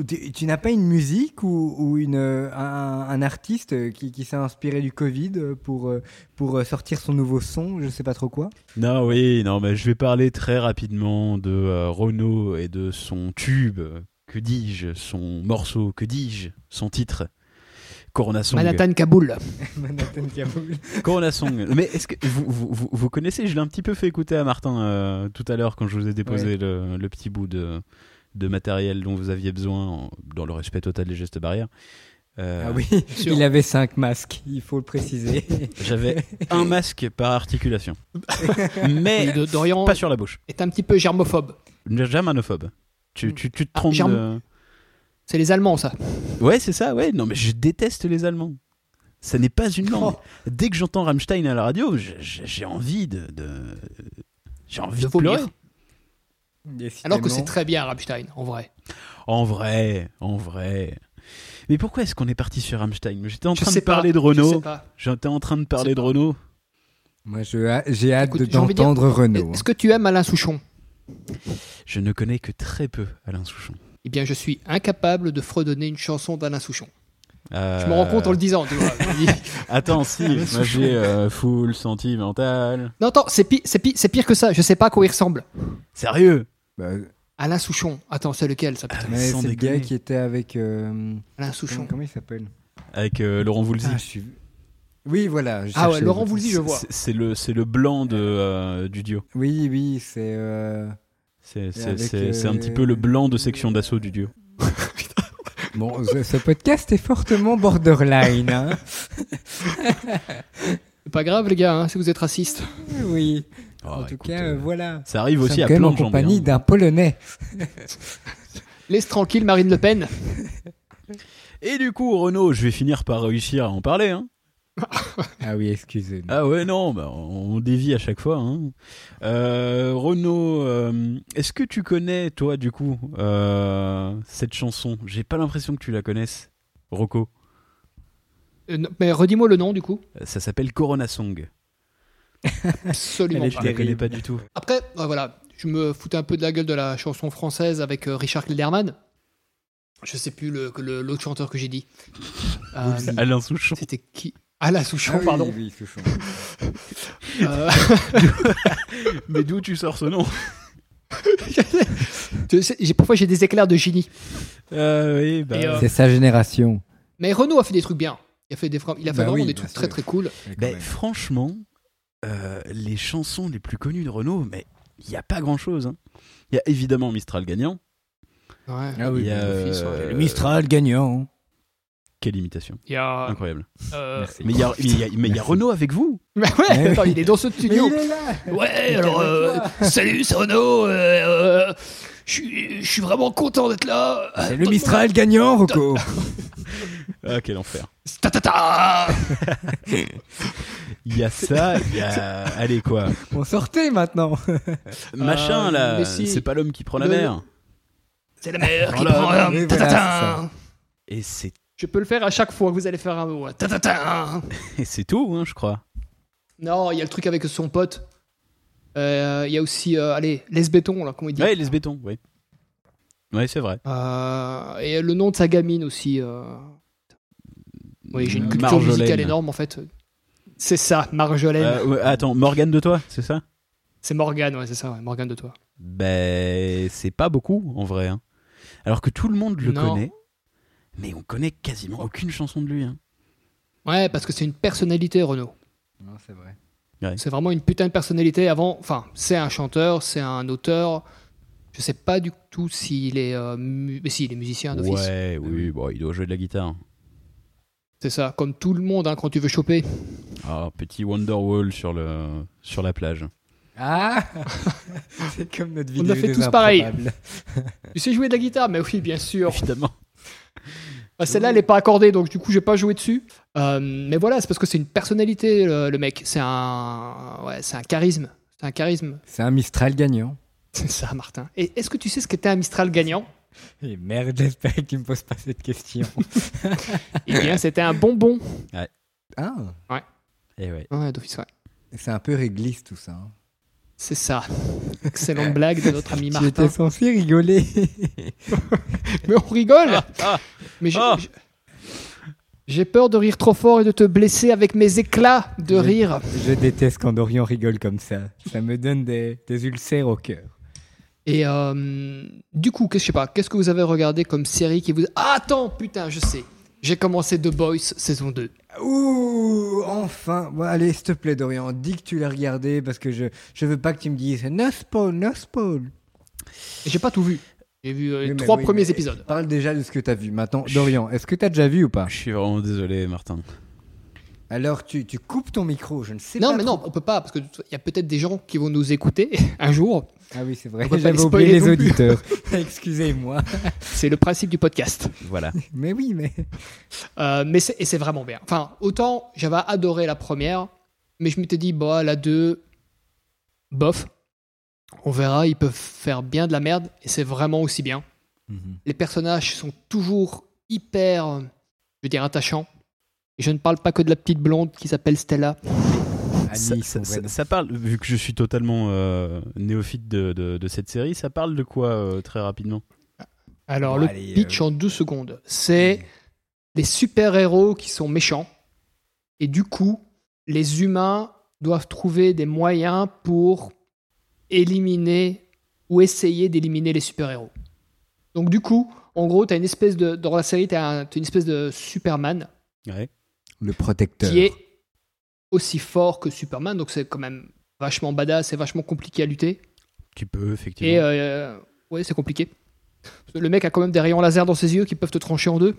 S7: tu, tu n'as pas une musique ou, ou une, euh, un, un artiste qui, qui s'est inspiré du Covid pour, euh, pour sortir son nouveau son, je sais pas trop quoi
S9: Non, oui, non, mais je vais parler très rapidement de euh, Renaud et de son tube, que dis-je, son morceau, que dis-je, son titre, Corona Song.
S8: Manhattan, Kaboul.
S7: Manhattan Kaboul.
S9: Corona Song. mais est-ce que vous, vous, vous- vous connaissez Je l'ai un petit peu fait écouter à Martin euh, tout à l'heure quand je vous ai déposé le, le petit bout de, de matériel dont vous aviez besoin, en- dans le respect total des gestes barrières. Euh,
S7: Ah oui,
S8: sûr.
S7: il avait cinq masques, il faut le préciser.
S9: J'avais un masque par articulation, mais
S8: Et de- Dorian
S9: pas sur la bouche.
S8: est un petit peu germophobe.
S9: Germanophobe. Tu, tu, tu te
S8: Ah,
S9: trompes
S8: germ-
S9: de-
S8: C'est les Allemands, ça.
S9: Ouais, c'est ça, ouais. Non, mais je déteste les Allemands. Ça n'est pas une
S8: Oh.
S9: langue. Dès que j'entends Rammstein à la radio, je- je- j'ai envie de. de- J'ai envie
S8: De
S9: de pleurer.
S8: vomir. Alors que c'est très bien, Rammstein, en vrai.
S9: En vrai, en vrai. Mais pourquoi est-ce qu'on est parti sur Rammstein J'étais en
S8: Je
S9: train
S8: sais
S9: de parler
S8: pas,
S9: de
S8: je sais
S9: Renault.
S8: pas.
S9: J'étais en train de parler
S8: sais
S9: de
S8: pas.
S9: Renault.
S7: Moi je ha- j'ai hâte
S8: Écoute,
S7: de-
S8: j'ai envie de dire-
S7: d'entendre Renaud.
S9: hein.
S8: Est-ce que tu aimes Alain Souchon
S9: Je ne connais que très peu Alain Souchon.
S8: Eh bien, je suis incapable de fredonner une chanson d'Alain Souchon.
S9: Euh,
S8: Je me rends compte en le disant, tu vois. Je me dis-
S9: Attends, si, moi j'ai euh, full sentimental.
S8: Non, attends, c'est pi- c'est pi- c'est pire que ça. Je sais pas à quoi il ressemble.
S9: Sérieux
S7: Bah,
S8: Alain Souchon. Attends, c'est lequel ça putain
S7: mais
S9: sans
S7: c'est le gars
S9: déconner.
S7: qui était avec. euh,
S8: Alain
S7: comment,
S8: Souchon.
S7: comment il s'appelle
S9: Avec euh, Laurent Voulzy.
S7: Putain, je suis- Oui, voilà. je
S8: Ah ouais,
S7: cherchais-
S8: Laurent Voulzy, je
S9: C'est-
S8: vois.
S9: c'est- C'est le, c'est le blanc de, euh, du duo.
S7: Oui, oui, c'est. euh,
S9: C'est c'est-
S7: avec,
S9: c'est- c'est un
S7: euh,
S9: petit peu le blanc de section d'assaut du duo.
S7: Bon, ce, ce podcast est fortement borderline. hein.
S8: C'est pas grave, les gars, hein, si vous êtes raciste.
S7: oui.
S9: Oh,
S7: en tout
S9: écoute,
S7: cas,
S9: euh,
S7: euh, voilà.
S9: ça arrive
S7: Nous
S9: aussi
S7: sommes
S9: à
S7: quand
S9: plein
S7: même en
S9: de gens.
S7: compagnie
S9: bien.
S7: d'un Polonais.
S8: Laisse tranquille Marine Le Pen.
S9: Et du coup, Renaud, je vais finir par réussir à en parler. hein.
S7: Ah oui, excusez-nous.
S9: Ah ouais, non, bah, on dévie à chaque fois. hein. Euh, Renaud, euh, est-ce que tu connais, toi, du coup, euh, cette chanson J'ai pas l'impression que tu la connaisses, Rocco.
S8: Euh, non, mais redis-moi le nom, du coup.
S9: Ça s'appelle Corona Song.
S8: Absolument
S7: Elle est
S8: pas.
S9: Tu la connais
S7: terrible.
S9: pas du tout.
S8: Après, euh, voilà, je me foutais un peu de la gueule de la chanson française avec euh, Richard Klederman. Je sais plus l'autre le, l'autre chanteur que j'ai dit. Euh,
S9: Alain Souchon.
S8: C'était qui Alain Souchon,
S7: Ah oui,
S8: pardon.
S7: oui, Souchon.
S8: Euh,
S9: Mais d'où tu sors ce nom
S8: tu sais, j'ai- parfois, j'ai des éclairs de génie.
S9: Euh, oui, bah,
S8: Et, euh,
S7: C'est sa génération.
S8: Mais Renaud a fait des trucs bien. Il a fait, des, fra- il a fait
S7: Bah
S8: vraiment
S7: oui,
S8: des
S7: bien
S8: trucs
S7: sûr.
S8: très très cool.
S9: bah, franchement, euh, les chansons les plus connues de Renaud, mais il n'y a pas grand-chose. hein. Il y a évidemment Mistral gagnant.
S8: Ouais.
S7: Ah
S9: il y a,
S8: d'office, ouais.
S9: euh,
S7: Le Mistral gagnant.
S9: Quelle imitation.
S8: Il y a.
S9: Incroyable.
S8: euh,
S7: Merci.
S9: Mais il y a, mais il y a- mais il y a
S7: Merci.
S9: Renaud avec vous.
S8: Mais ouais, attends, il est dans ce studio.
S7: est là
S8: Ouais, alors, euh, salut, c'est Renaud. euh, euh, je suis- je suis vraiment content d'être là.
S7: C'est le Mistral gagnant, Rocco.
S9: Ah, quel enfer.
S8: Ta ta ta
S9: Il y a ça, il y a. Allez, quoi.
S7: On sortait maintenant.
S9: Machin, là.
S8: Ah, mais si.
S9: C'est pas l'homme qui prend la
S8: Le-
S9: mer.
S8: C'est la mère qui
S9: Voilà.
S8: prend hein. un
S7: Oui, voilà,
S8: tatatin.
S9: Et c'est
S8: Je peux le faire à chaque fois que vous allez faire un mot. hein. Tatatin.
S9: et c'est tout, hein, je crois.
S8: Non, il y a le truc avec son pote. Euh, Il y a aussi, euh, allez, Les Béton, là, comment il dit
S9: Ouais, les bétons, oui. Ouais, c'est vrai.
S8: Euh, Et le nom de sa gamine aussi. euh. Oui, j'ai une culture
S9: Euh, Marjolaine.
S8: musicale énorme, en fait. C'est ça, Marjolaine.
S9: Euh, ouais, attends, Morgane de toi, c'est ça
S8: C'est Morgane, ouais, c'est ça, ouais, Morgane de toi.
S9: Ben, c'est pas beaucoup, en vrai. hein. Alors que tout le monde le
S8: Non.
S9: connaît, mais on connaît quasiment aucune chanson de lui. hein.
S8: Ouais, parce que c'est une personnalité, Renaud.
S7: Non, c'est vrai.
S8: C'est vraiment une putain de personnalité avant. Enfin, c'est un chanteur, c'est un auteur. Je sais pas du tout s'il est, euh, mu- mais si, il est musicien d'office.
S9: Ouais, oui, bon, il doit jouer de la guitare.
S8: C'est ça, comme tout le monde, hein, quand tu veux choper.
S9: Ah, petit Wonderwall sur, le... sur la plage.
S7: Ah C'est comme notre vidéo.
S8: a fait
S7: des
S8: tous pareil.
S7: improbables.
S8: Tu sais jouer de la guitare Mais oui, bien sûr.
S9: Évidemment.
S8: Bah, Celle-là, elle n'est pas accordée, donc du coup, j'ai pas joué dessus. Euh, mais voilà, c'est parce que c'est une personnalité, le, le mec. C'est un, ouais, c'est un charisme. C'est un charisme.
S7: C'est un Mistral gagnant.
S8: C'est ça, Martin. Et est-ce que tu sais ce qu'était un Mistral gagnant
S7: Et Eh merde, j'espère que tu me poses pas cette question.
S8: Eh bien, c'était un bonbon.
S7: ah
S9: Et ouais.
S8: Ouais, d'office, ouais.
S7: C'est un peu réglisse tout ça. hein.
S8: C'est ça. Excellente blague de notre ami
S7: Tu
S8: Martin.
S7: étais censé rigoler.
S8: Mais on rigole Mais j'ai-
S9: Ah
S8: j'ai- j'ai peur de rire trop fort et de te blesser avec mes éclats de
S7: Je-
S8: rire.
S7: Je déteste quand Dorian rigole comme ça. Ça me donne des, des ulcères au cœur.
S8: Et euh, du coup, qu'est-ce je sais pas, qu'est-ce que vous avez regardé comme série qui vous Ah, attends, putain, je sais. J'ai commencé The Boys saison 2.
S7: Ouh, enfin. Bon, allez, s'il te plaît, Dorian, dis que tu l'as regardé parce que je, je veux pas que tu me dises no spawn, no spawn.
S8: Et J'ai pas tout vu. J'ai vu euh,
S7: Oui,
S8: les
S7: mais
S8: trois
S7: oui,
S8: premiers
S7: mais
S8: épisodes.
S7: Parle déjà de ce que t'as vu. Maintenant, Dorian, est-ce que t'as déjà vu ou pas
S9: Je suis vraiment désolé, Martin.
S7: Alors, tu, tu coupes ton micro, je ne sais pas.
S8: Non, mais
S7: trop-
S8: non, on peut pas parce que il y a peut-être des gens qui vont nous écouter un jour.
S7: Ah oui, c'est vrai.
S8: On peut pas
S7: J'avais
S8: les
S7: oublié les
S8: spoiler non plus.
S7: auditeurs. Excusez-moi.
S8: C'est le principe du podcast.
S9: Voilà.
S7: Mais oui, mais.
S8: Euh, mais c'est, et c'est vraiment bien. Enfin, autant j'avais adoré la première, mais je m'étais dit, bah, la 2, bof. On verra, ils peuvent faire bien de la merde, et c'est vraiment aussi bien.
S7: Mhm.
S8: Les personnages sont toujours hyper, euh, je veux dire, attachants. Et je ne parle pas que de la petite blonde qui s'appelle Stella.
S9: Ça,
S7: Annie,
S9: ça-
S7: son vrai
S9: ça-
S7: nom.
S9: ça parle, vu que je suis totalement euh, néophyte de, de- de cette série, ça parle de quoi euh, très rapidement
S8: Alors,
S7: Bon,
S8: le
S7: allez, euh,
S8: pitch en deux secondes, c'est les super-héros qui sont méchants. Et du coup, les humains doivent trouver des moyens pour éliminer ou essayer d'éliminer les super-héros. Donc du coup, en gros, t'as une espèce de dans la série, t'as un- t'as une espèce de Superman
S9: Ouais.
S7: Le protecteur.
S8: qui est aussi fort que Superman, donc c'est quand même vachement badass, c'est vachement compliqué à lutter.
S9: Tu peux,
S8: Et
S9: effectivement.
S8: euh, ouais, c'est compliqué. Le mec a quand même des rayons laser dans ses yeux qui peuvent te trancher en deux.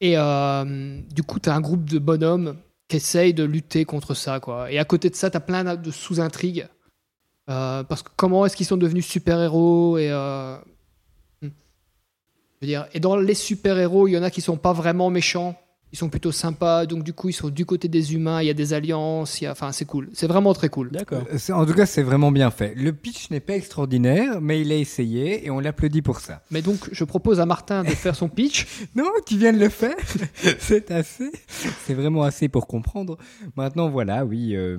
S8: Et euh, du coup, t'as un groupe de bonhommes qui essayent de lutter contre ça, quoi. Et à côté de ça, t'as plein de sous-intrigues. Euh, parce que comment est-ce qu'ils sont devenus super-héros et euh, hmm. je veux dire, et dans les super-héros, il y en a qui sont pas vraiment méchants, ils sont plutôt sympas, donc du coup ils sont du côté des humains, il y a des alliances, il y a- enfin c'est cool, c'est vraiment très cool.
S9: D'accord.
S7: Euh, c'est- En tout cas, c'est vraiment bien fait. Le pitch n'est pas extraordinaire, mais il a essayé et on l'applaudit pour ça.
S8: Mais donc je propose à Martin de faire son pitch.
S7: Non, tu viens de le faire. c'est assez. C'est vraiment assez pour comprendre. Maintenant, voilà, oui. euh,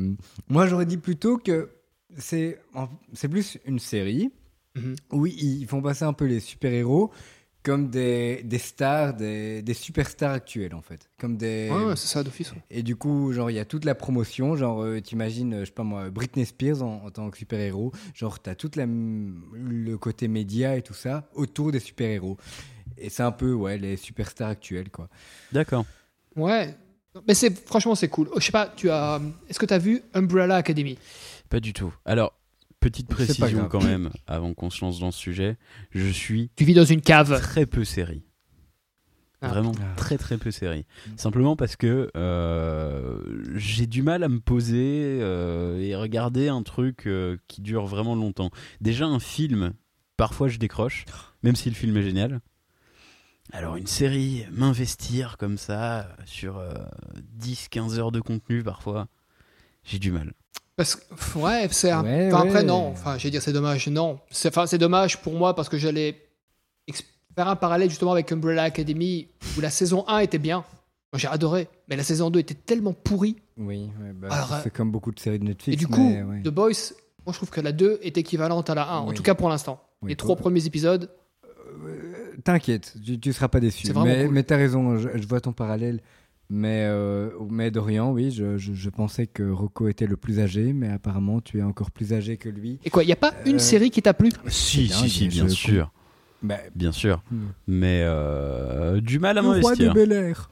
S7: moi, j'aurais dit plutôt que c'est en- c'est plus une série
S8: Mhm.
S7: où ils font passer un peu les super-héros comme des, des stars, des, des superstars actuels, en fait. Comme des.
S8: Ouais, ouais, c'est ça d'office. ouais.
S7: Et du coup, genre, il y a toute la promotion. Genre, euh, t'imagines, euh, je sais pas moi, Britney Spears en, en tant que super-héros. Genre, t'as tout le côté média et tout ça autour des super-héros. Et c'est un peu, ouais, les superstars actuels, quoi.
S9: Euh, D'accord.
S8: Ouais. Mais c'est franchement c'est cool. Je sais pas, tu as est-ce que tu as vu Umbrella Academy
S9: Pas du tout. Alors, petite
S7: C'est pas
S9: précision
S7: grave.
S9: quand même, avant qu'on se lance dans ce sujet. Je suis
S8: Tu vis dans une cave.
S9: très peu série.
S8: Ah.
S9: Vraiment
S7: Ah.
S9: très très peu série. Simplement parce que euh, j'ai du mal à me poser euh, et regarder un truc euh, qui dure vraiment longtemps. Déjà un film, parfois je décroche, même si le film est génial. Alors une série, m'investir comme ça sur 10-15 heures de contenu parfois, j'ai du mal.
S8: Parce que pff, ouais, c'est un-
S7: Ouais,
S8: enfin, après
S7: ouais.
S8: non, enfin j'ai dire c'est dommage, non. C'est enfin c'est dommage pour moi parce que j'allais ex- faire un parallèle justement avec Umbrella Academy où la saison 1 était bien. Moi, J'ai adoré, mais la saison 2 était tellement pourrie.
S7: Oui, ouais, bah,
S8: Alors, euh,
S7: c'est comme beaucoup de séries de Netflix.
S8: Et du
S7: mais,
S8: coup,
S7: ouais.
S8: The Boys, moi je trouve que la 2 est équivalente à la 1, en
S7: Oui.
S8: tout cas pour l'instant.
S7: Oui,
S8: Les
S7: pour-
S8: trois premiers épisodes,
S7: Euh, T'inquiète, tu, tu seras pas déçu.
S8: C'est vraiment
S7: Mais,
S8: cool.
S7: mais t'as raison, je, je vois ton parallèle. Mais, euh, mais Dorian, oui, je, je- je pensais que Rocco était le plus âgé, mais apparemment tu es encore plus âgé que lui.
S8: et quoi, il n'y a pas
S7: Euh,
S8: une série qui t'a plu
S9: Si,
S7: C'est
S9: si,
S7: dingue,
S9: si,
S7: je
S9: bien
S7: com-
S9: sûr,
S7: Bah,
S9: bien sûr.
S7: Hmm.
S9: Mais euh, du mal à
S7: le roi de
S9: m'investir.
S7: Bel Air.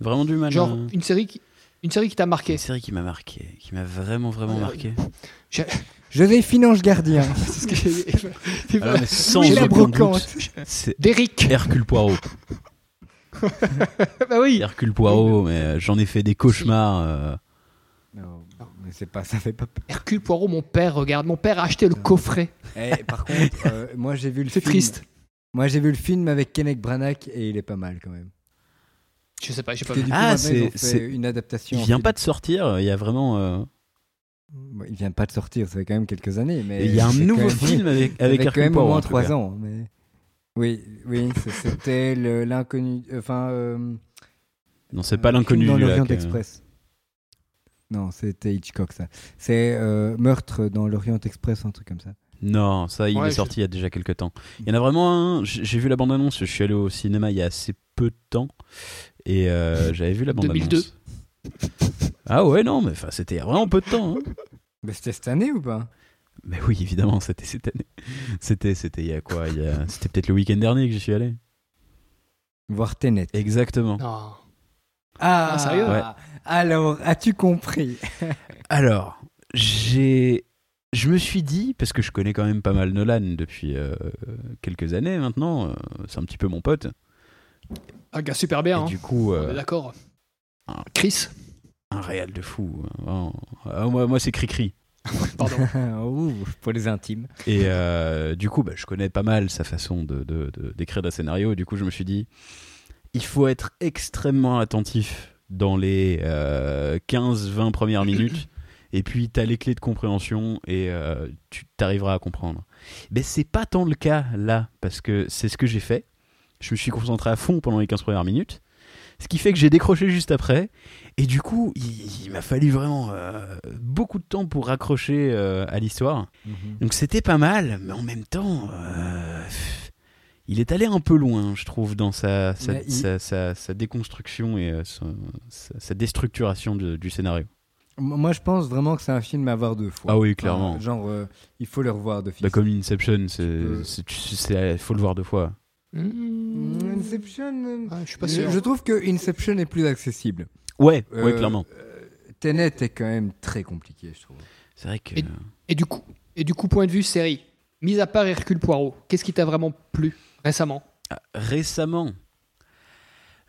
S9: Vraiment du mal.
S8: Genre
S9: à-
S8: une série qui une série qui t'a marqué.
S9: Une série qui m'a marqué, qui m'a vraiment vraiment
S7: Ah,
S8: Ouais.
S9: marqué.
S7: Joséphine Ange Gardien.
S8: C'est ce que j'ai-
S9: Alors, mais sans
S7: Louis la
S9: aucun
S7: brocante.
S9: doute, c'est
S8: D'Eric.
S9: Hercule Poirot.
S8: bah oui.
S9: Hercule Poirot, mais euh, j'en ai fait des cauchemars. euh,
S7: Non, mais c'est pas, ça fait pas peur.
S8: Hercule Poirot, mon père regarde. Mon père a acheté
S9: Ah.
S8: le coffret.
S7: Eh, par contre, euh, moi j'ai vu le
S8: C'est
S7: film.
S8: triste.
S7: Moi j'ai vu le film avec Kenneth Branagh et il est pas mal quand même.
S8: Je sais pas, j'ai pas
S7: Parce que
S8: vu.
S7: du coup,
S9: Ah,
S7: maintenant,
S9: c'est-
S7: ils ont fait
S9: c'est-
S7: une adaptation.
S9: il
S7: en
S9: vient
S7: film.
S9: pas de sortir, il y a vraiment. euh,
S7: Bon, Il vient pas de sortir, ça fait quand même quelques années. Mais
S9: Il y a un
S7: c'est quand
S9: nouveau
S7: même-
S9: film avec, avec
S7: quand
S9: Hercule
S7: même
S9: Poirot.
S7: au moins
S9: en tout
S7: 3
S9: cas.
S7: ans. Mais... Oui, oui, c'est- c'était le- l'inconnu. Enfin, euh,
S9: Non, c'est pas
S7: euh,
S9: l'inconnu
S7: Crime
S9: du
S7: dans l'Orient
S9: lac. euh.
S7: Express. Non, c'était Hitchcock ça. C'est euh, Meurtre dans l'Orient Express, un truc comme ça.
S9: Non, ça, il
S8: Ouais,
S9: est
S8: je-
S9: sorti il y a déjà quelques temps. Il y en a vraiment un. j- J'ai vu la bande-annonce. Je suis allé au cinéma il y a assez peu de temps et euh, j'avais vu la
S8: 2002.
S9: bande-annonce. Ah ouais, non, mais enfin, c'était il y a vraiment peu de temps. hein.
S7: Mais c'était cette année ou pas
S9: Mais oui, évidemment, c'était cette année. C'était, c'était il y a quoi il y a- C'était peut-être le week-end dernier que j'y suis allé.
S7: Voir Tenet.
S9: Exactement.
S8: Non.
S7: Ah,
S8: Ah, sérieux
S9: Ouais.
S7: Alors, as-tu compris
S9: Alors, j'ai. Je me suis dit, parce que je connais quand même pas mal Nolan depuis euh, quelques années maintenant, euh, c'est un petit peu mon pote.
S8: Un gars super bien.
S9: et
S8: hein.
S9: du coup, euh,
S8: On est D'accord.
S9: Ah.
S8: Chris,
S9: un réel de fou. hein, vraiment. Ah, moi, moi c'est Cricri.
S8: pardon.
S7: Ouh, Pour les intimes.
S9: Et euh, du coup, bah, je connais pas mal sa façon d'écrire de, de, d'écrire des scénarios. Du coup, je me suis dit, il faut être extrêmement attentif dans les euh, 15-20 premières minutes. Et puis, tu as les clés de compréhension et euh, tu t'arriveras à comprendre. Mais c'est pas tant le cas là, parce que c'est ce que j'ai fait. Je me suis concentré à fond pendant les 15 premières minutes. Ce qui fait que j'ai décroché juste après. Et du coup, il, il m'a fallu vraiment euh, beaucoup de temps pour raccrocher
S7: Mm-hmm.
S9: euh, à l'histoire. Donc c'était pas mal, mais en même temps, euh, il est allé un peu loin, je trouve, dans sa, sa,
S7: Mais il-
S9: sa- sa- sa déconstruction et euh, son- sa, sa déstructuration de- du scénario.
S7: M- Moi, je pense vraiment que c'est un film à voir deux fois.
S9: Ah oui, clairement.
S7: Euh, genre, euh, il faut le revoir d'office.
S9: Bah, comme Inception,
S7: peux-
S9: il euh, faut le voir deux fois.
S7: Mm,
S8: Mmh.
S7: Inception. euh,
S8: Ah, je suis pas
S7: Je,
S8: sûr.
S7: je trouve que Inception est plus accessible.
S9: Ouais, ouais,
S7: Euh,
S9: clairement.
S7: euh, Tenet est quand même très compliqué, je trouve.
S9: C'est vrai que.
S8: et- Et du coup, et du coup, point de vue série. Mis à part Hercule Poirot, qu'est-ce qui t'a vraiment plu récemment
S9: récemment.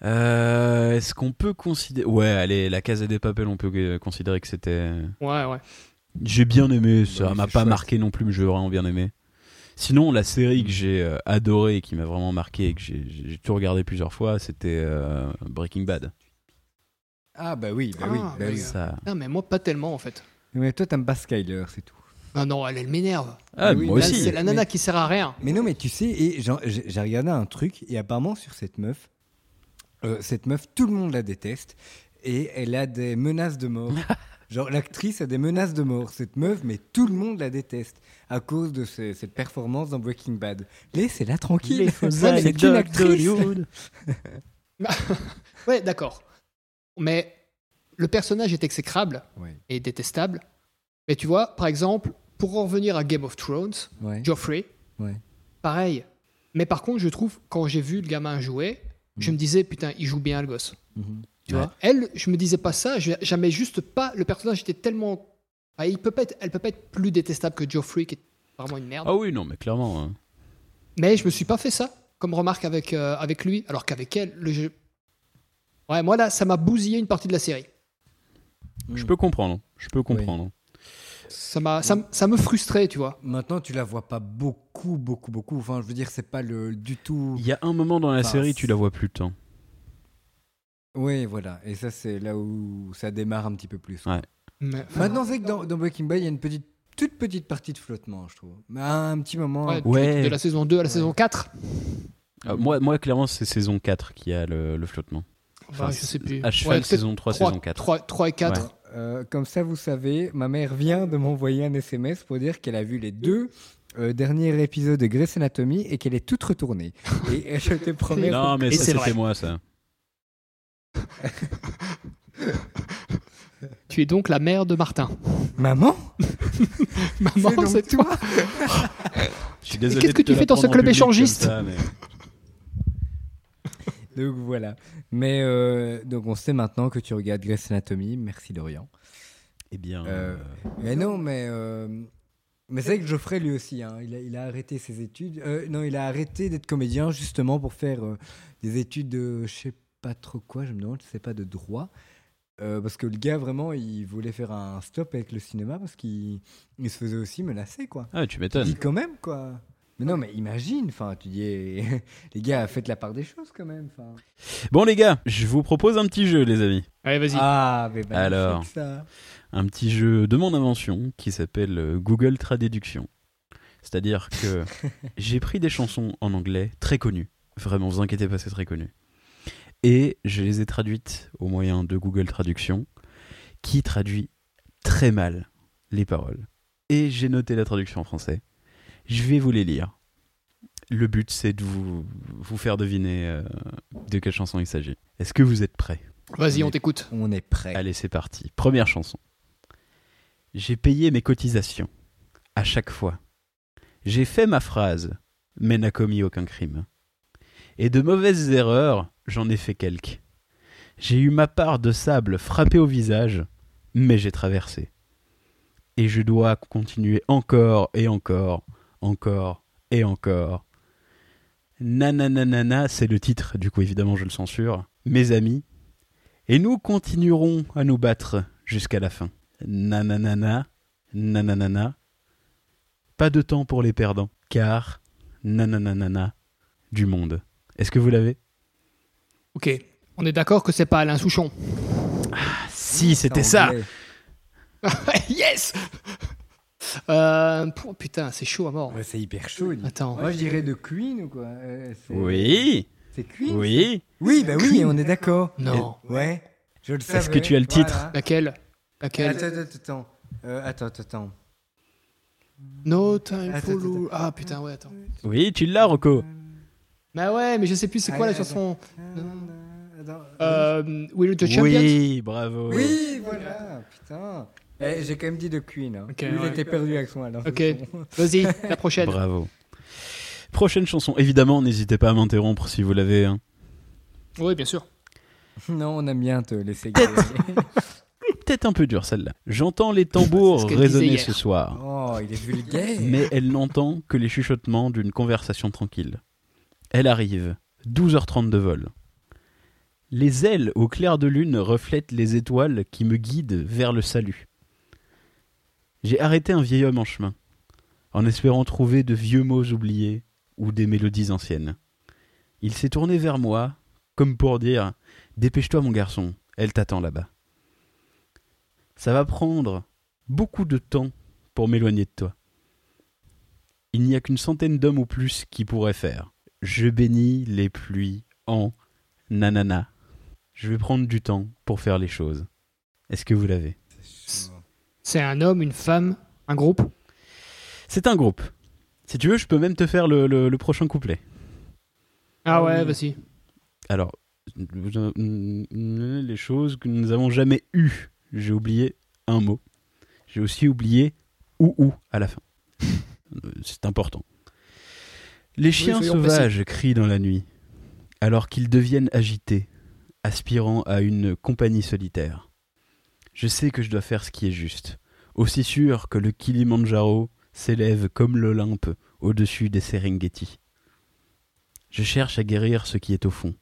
S9: Euh, Est-ce qu'on peut considérer. Ouais, allez, la Casa des Papels, on peut euh, considérer que c'était.
S8: Ouais, ouais.
S9: J'ai bien aimé,
S7: Bah
S9: ça
S7: oui,
S9: m'a
S7: c'est
S9: pas
S7: chouette.
S9: marqué non plus, mais j'ai vraiment bien aimé. Sinon, la série que j'ai euh, adorée et qui m'a vraiment marqué et que j'ai- j'ai j'ai tout regardé plusieurs fois, c'était euh, Breaking Bad.
S7: Ah bah oui, bah
S8: Ah,
S7: oui. bah
S8: bah
S7: oui.
S9: Ça...
S8: Non, mais moi, pas tellement en fait.
S7: Mais toi, t'aimes pas Skyler, c'est tout.
S8: Non, non, elle, elle m'énerve.
S9: Ah,
S7: Ah oui,
S9: moi
S8: Là,
S7: mais
S9: aussi.
S8: C'est la nana qui sert à rien.
S7: Mais non, mais tu sais, et j'en- j'ai j'ai regardé un truc, et apparemment sur cette meuf, euh, cette meuf, tout le monde la déteste, et elle a des menaces de mort. Genre, l'actrice a des menaces de mort, cette meuf, mais tout le monde la déteste à cause de ce- cette performance dans Breaking Bad. Laissez-la tranquille, c'est une actrice.
S8: Ouais, d'accord. Mais le personnage est exécrable
S7: Ouais,
S8: et détestable. Mais tu vois, par exemple, pour en revenir à Game of Thrones,
S7: ouais.
S8: Geoffrey,
S7: Ouais.
S8: pareil. Mais par contre, je trouve, quand j'ai vu le gamin jouer, je me disais, putain, il joue bien le gosse.
S7: Mhm.
S8: Tu
S9: Ouais.
S8: vois Elle, je me disais pas ça, je- jamais juste pas. Le personnage était tellement. Ah, il peut pas être, elle peut pas être plus détestable que Geoffrey, qui est vraiment une merde.
S9: Ah oui, non, mais clairement. hein.
S8: Mais je me suis pas fait ça comme remarque avec, euh, avec lui, alors qu'avec elle, le jeu. Ouais, moi là, ça m'a bousillé une partie de la série. Mm.
S9: Je peux comprendre. hein. Je peux comprendre.
S8: Ça, m'a, ça, m- ça me frustrait, tu vois.
S7: Maintenant, tu la vois pas beaucoup, beaucoup, beaucoup. Enfin, je veux dire, c'est pas le du tout.
S9: Il y a un moment dans la
S7: Enfin,
S9: série, tu la vois plus tant.
S7: Oui, voilà. Et ça, c'est là où ça démarre un petit peu plus.
S9: Ouais.
S8: Mais-
S7: Maintenant, c'est que dans, dans Breaking Bad, il y a une petite, toute petite partie de flottement, je trouve. Mais à un petit moment.
S8: Ouais,
S9: Ouais.
S8: De la saison 2 à la
S7: Ouais.
S8: saison 4.
S9: Ah, moi, moi, clairement, c'est saison 4 qui a le, le flottement. Enfin,
S8: Bah, je sais plus.
S9: À cheval,
S8: Ouais,
S9: saison 3,
S8: peut-être
S9: saison 4.
S8: 3, 3 et 4.
S7: Euh, comme ça, vous savez, ma mère vient de m'envoyer un SMS pour dire qu'elle a vu les deux euh, derniers épisodes de Grey's Anatomy et qu'elle est toute retournée. Et je te promets.
S9: Non, mais
S8: Et
S9: ça,
S8: c'est vrai.
S9: c'était moi, ça.
S8: Tu es donc la mère de Martin.
S7: Maman
S8: Maman,
S7: donc
S8: c'est toi.
S9: Je suis désolé.
S8: qu'est-ce
S9: de
S8: que
S9: te
S8: tu fais dans ce
S9: l'apprendre en
S8: club
S9: public comme
S8: échangiste
S9: ça, mais-
S7: Donc voilà. Mais euh, donc on sait maintenant que tu regardes Grey's Anatomy. Merci Dorian.
S9: Eh bien.
S7: Euh,
S9: euh,
S7: Mais non, mais. euh, Mais c'est vrai que Geoffrey, lui aussi, hein, il, a, il a arrêté ses études. Euh, non, il a arrêté d'être comédien justement pour faire euh, des études de je sais pas trop quoi, je me demande, je sais pas, de droit. Euh, parce que le gars, vraiment, il voulait faire un stop avec le cinéma parce qu'il il se faisait aussi menacer, quoi.
S9: Ah, tu
S7: Il
S9: m'étonnes.
S7: dit quand même, quoi. Mais non, mais imagine, enfin, tu dis, eh, les gars, faites la part des choses quand même. 'fin.
S9: Bon, les gars, je vous propose un petit jeu, les amis.
S8: Allez, vas-y.
S7: Ah, mais bah,
S9: Alors.
S7: ça.
S9: Un petit jeu de mon invention qui s'appelle euh, Google Traduction. C'est-à-dire que j'ai pris des chansons en anglais très connues. Vraiment, vous inquiétez pas, c'est très connu. Et je les ai traduites au moyen de Google Traduction, qui traduit très mal les paroles. Et j'ai noté la traduction en français. Je vais vous les lire. Le but, c'est de vous, vous faire deviner euh, de quelle chanson il s'agit. Est-ce que vous êtes prêts
S8: Vas-y, on t'écoute.
S7: On est prêt.
S9: Allez, c'est parti. Première chanson. J'ai payé mes cotisations. À chaque fois. J'ai fait ma phrase, mais n'a commis aucun crime. Et de mauvaises erreurs, j'en ai fait quelques. J'ai eu ma part de sable frappé au visage, mais j'ai traversé. Et je dois continuer encore et encore, encore et encore. Nananana, c'est le titre, du coup évidemment je le censure. Mes amis, et nous continuerons à nous battre jusqu'à la fin. Nananana, nananana. Pas de temps pour les perdants, car nananana du monde. Est-ce que vous l'avez
S8: Ok. On est d'accord que c'est pas Alain Souchon.
S9: Ah, Si, c'était
S7: Mmh, En
S9: ça
S7: anglais.
S8: yes Euh, pour- Putain, c'est chaud à mort.
S7: Ouais, c'est hyper chaud. dis.
S8: Attends.
S7: Moi, je dirais de Queen ou quoi Euh, c'est-
S9: Oui,
S7: C'est Queen
S9: oui.
S7: Oui, bah oui, on est d'accord.
S8: Non.
S7: Ouais, je le savais.
S9: Est-ce que tu as le titre
S7: Voilà.
S8: Laquelle Laquelle
S7: Attends, attends, attends. Euh, attends, attends, attends.
S8: No time
S7: Attends,
S8: for
S7: attends,
S8: lou- Ah putain, ouais, attends.
S9: Oui, tu l'as, Rocco.
S8: Bah ouais, mais je sais plus c'est quoi la
S7: Ah,
S8: chanson.
S7: Attends,
S8: Euh, Will You the Champion
S9: Oui, bravo.
S7: Oui, voilà, putain. Eh, J'ai quand même dit de Queen. Hein.
S8: Ok,
S7: Lui, il
S8: ouais.
S7: était perdu avec son alors.
S8: Ok, vas-y, la prochaine.
S9: Bravo. Prochaine chanson. Évidemment, n'hésitez pas à m'interrompre si vous l'avez. hein.
S8: Oui, bien sûr.
S7: Non, on aime bien te laisser gueuler.
S9: Peut-être un peu dure celle-là. J'entends les tambours
S8: C'est ce qu'elle disait
S9: résonner
S8: hier.
S9: ce soir,
S7: Oh, il est vulgaire.
S9: mais elle n'entend que les chuchotements d'une conversation tranquille. Elle arrive, 12h30 de vol. Les ailes au clair de lune reflètent les étoiles qui me guident vers le salut. J'ai arrêté un vieil homme en chemin, en espérant trouver de vieux mots oubliés ou des mélodies anciennes. Il s'est tourné vers moi, comme pour dire Dépêche-toi, mon garçon, elle t'attend là-bas. Ça va prendre beaucoup de temps pour m'éloigner de toi. Il n'y a qu'une centaine d'hommes ou plus qui pourraient faire. Je bénis les pluies en nanana. Je vais prendre du temps pour faire les choses. Est-ce que vous l'avez
S8: C'est un homme, une femme, un groupe.
S9: C'est un groupe. Si tu veux, je peux même te faire le, le- le prochain couplet.
S8: Ah ouais, vas-y.
S9: Alors, les choses que nous n'avons jamais eues. J'ai oublié un mot. J'ai aussi oublié ou ou à la fin. Euh, C'est important. Les chiens
S8: soyons
S9: sauvages crient dans la nuit, alors qu'ils deviennent agités, aspirant à une compagnie solitaire. Je sais que je dois faire ce qui est juste, aussi sûr que le Kilimandjaro s'élève comme l'Olympe au-dessus des Serengeti. Je cherche à guérir ce qui est au fond,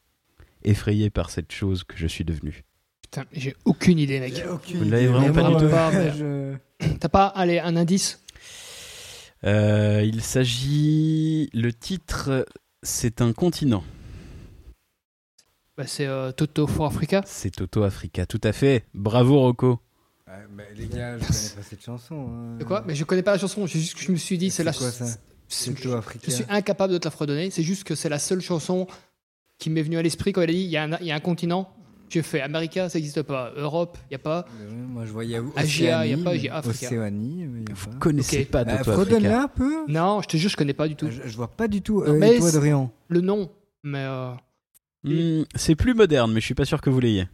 S9: effrayé par cette chose que je suis devenu.
S8: Putain, j'ai aucune idée, mec.
S9: Vous l'avez vraiment
S8: pas du tout.
S7: tout.
S8: T'as pas, allez, un indice
S9: Euh, il s'agit. Le titre, c'est un continent.
S8: bah, C'est euh, Toto for Africa.
S9: C'est Toto Africa, tout à fait. Bravo Rocco.
S7: les gars, je connais pas cette chanson. hein.
S8: De quoi Mais je connais pas la chanson, c'est juste que je me suis dit, c'est la
S7: quoi ça
S8: c'est-
S7: C'est
S8: Je
S7: tout africain.
S8: suis incapable de te la fredonner, c'est juste que c'est la seule chanson qui m'est venue à l'esprit quand elle a dit il y, a un- il y a un continent. J'ai fait America, ça n'existe pas. Europe, il n'y a pas.
S7: Euh, Moi, je voyais Océanie.
S8: Agia, y Ah, a pas, y a
S7: mais-
S8: Africa.
S7: Océanie, mais y a
S9: Vous
S7: pas.
S9: connaissez
S8: Ok.
S9: pas
S7: Euh,
S9: Toto Ah, Africa.
S7: Fredonne-la un peu Ah,
S8: Non, je te jure, je connais pas du tout
S7: je, je vois pas du tout. Euh,
S8: mais
S7: et toi,
S8: c'est-
S7: Dorian
S8: le nom, mais euh,
S9: Hmm, c'est plus moderne, mais je suis pas sûr que vous l'ayez.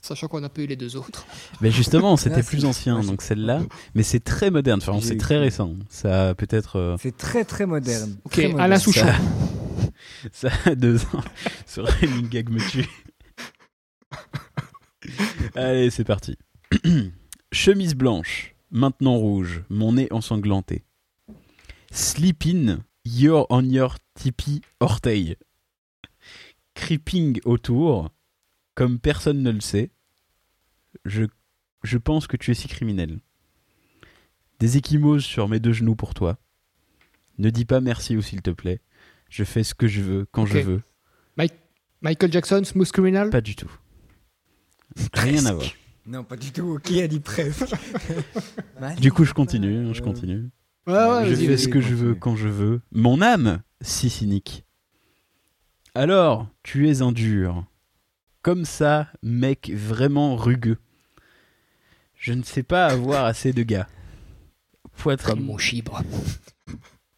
S8: sachant qu'on a pas eu les deux autres.
S9: Mais justement, c'était
S7: Ah,
S9: plus
S7: c'est-
S9: ancien,
S7: ouais, c'est-
S9: donc celle-là. Mais c'est très moderne, enfin,
S7: J'ai
S9: c'est
S7: eu-
S9: très récent. Ça a peut-être. euh,
S7: C'est très très moderne.
S8: Ok,
S7: Très moderne.
S8: Alain Souchon.
S9: ça... ça a deux ans. Ce running gag me tue. Allez, c'est parti. Chemise blanche, maintenant rouge, mon nez ensanglanté. Sleep in, you're on your tipi orteil. Creeping autour, comme personne ne le sait. Je, je pense que tu es si criminel. Des échymoses sur mes deux genoux pour toi. Ne dis pas merci ou s'il te plaît. Je fais ce que je veux, quand
S8: Ok.
S9: je veux.
S8: Michael Jackson, Smooth Criminal.
S9: Pas du tout. Rien à voir.
S7: Non, pas du tout. Qui a dit presque
S9: Du coup, je continue, je continue.
S8: Ouais, ouais,
S9: je
S8: vas-y,
S9: fais
S8: vas-y.
S9: ce que je veux
S7: continue.
S9: quand je veux. Mon âme, si cynique. Alors, tu es un dur. Comme ça, mec vraiment rugueux. Je ne sais pas avoir assez de gars.
S8: Comme
S9: Poitrine,
S8: mon chibre.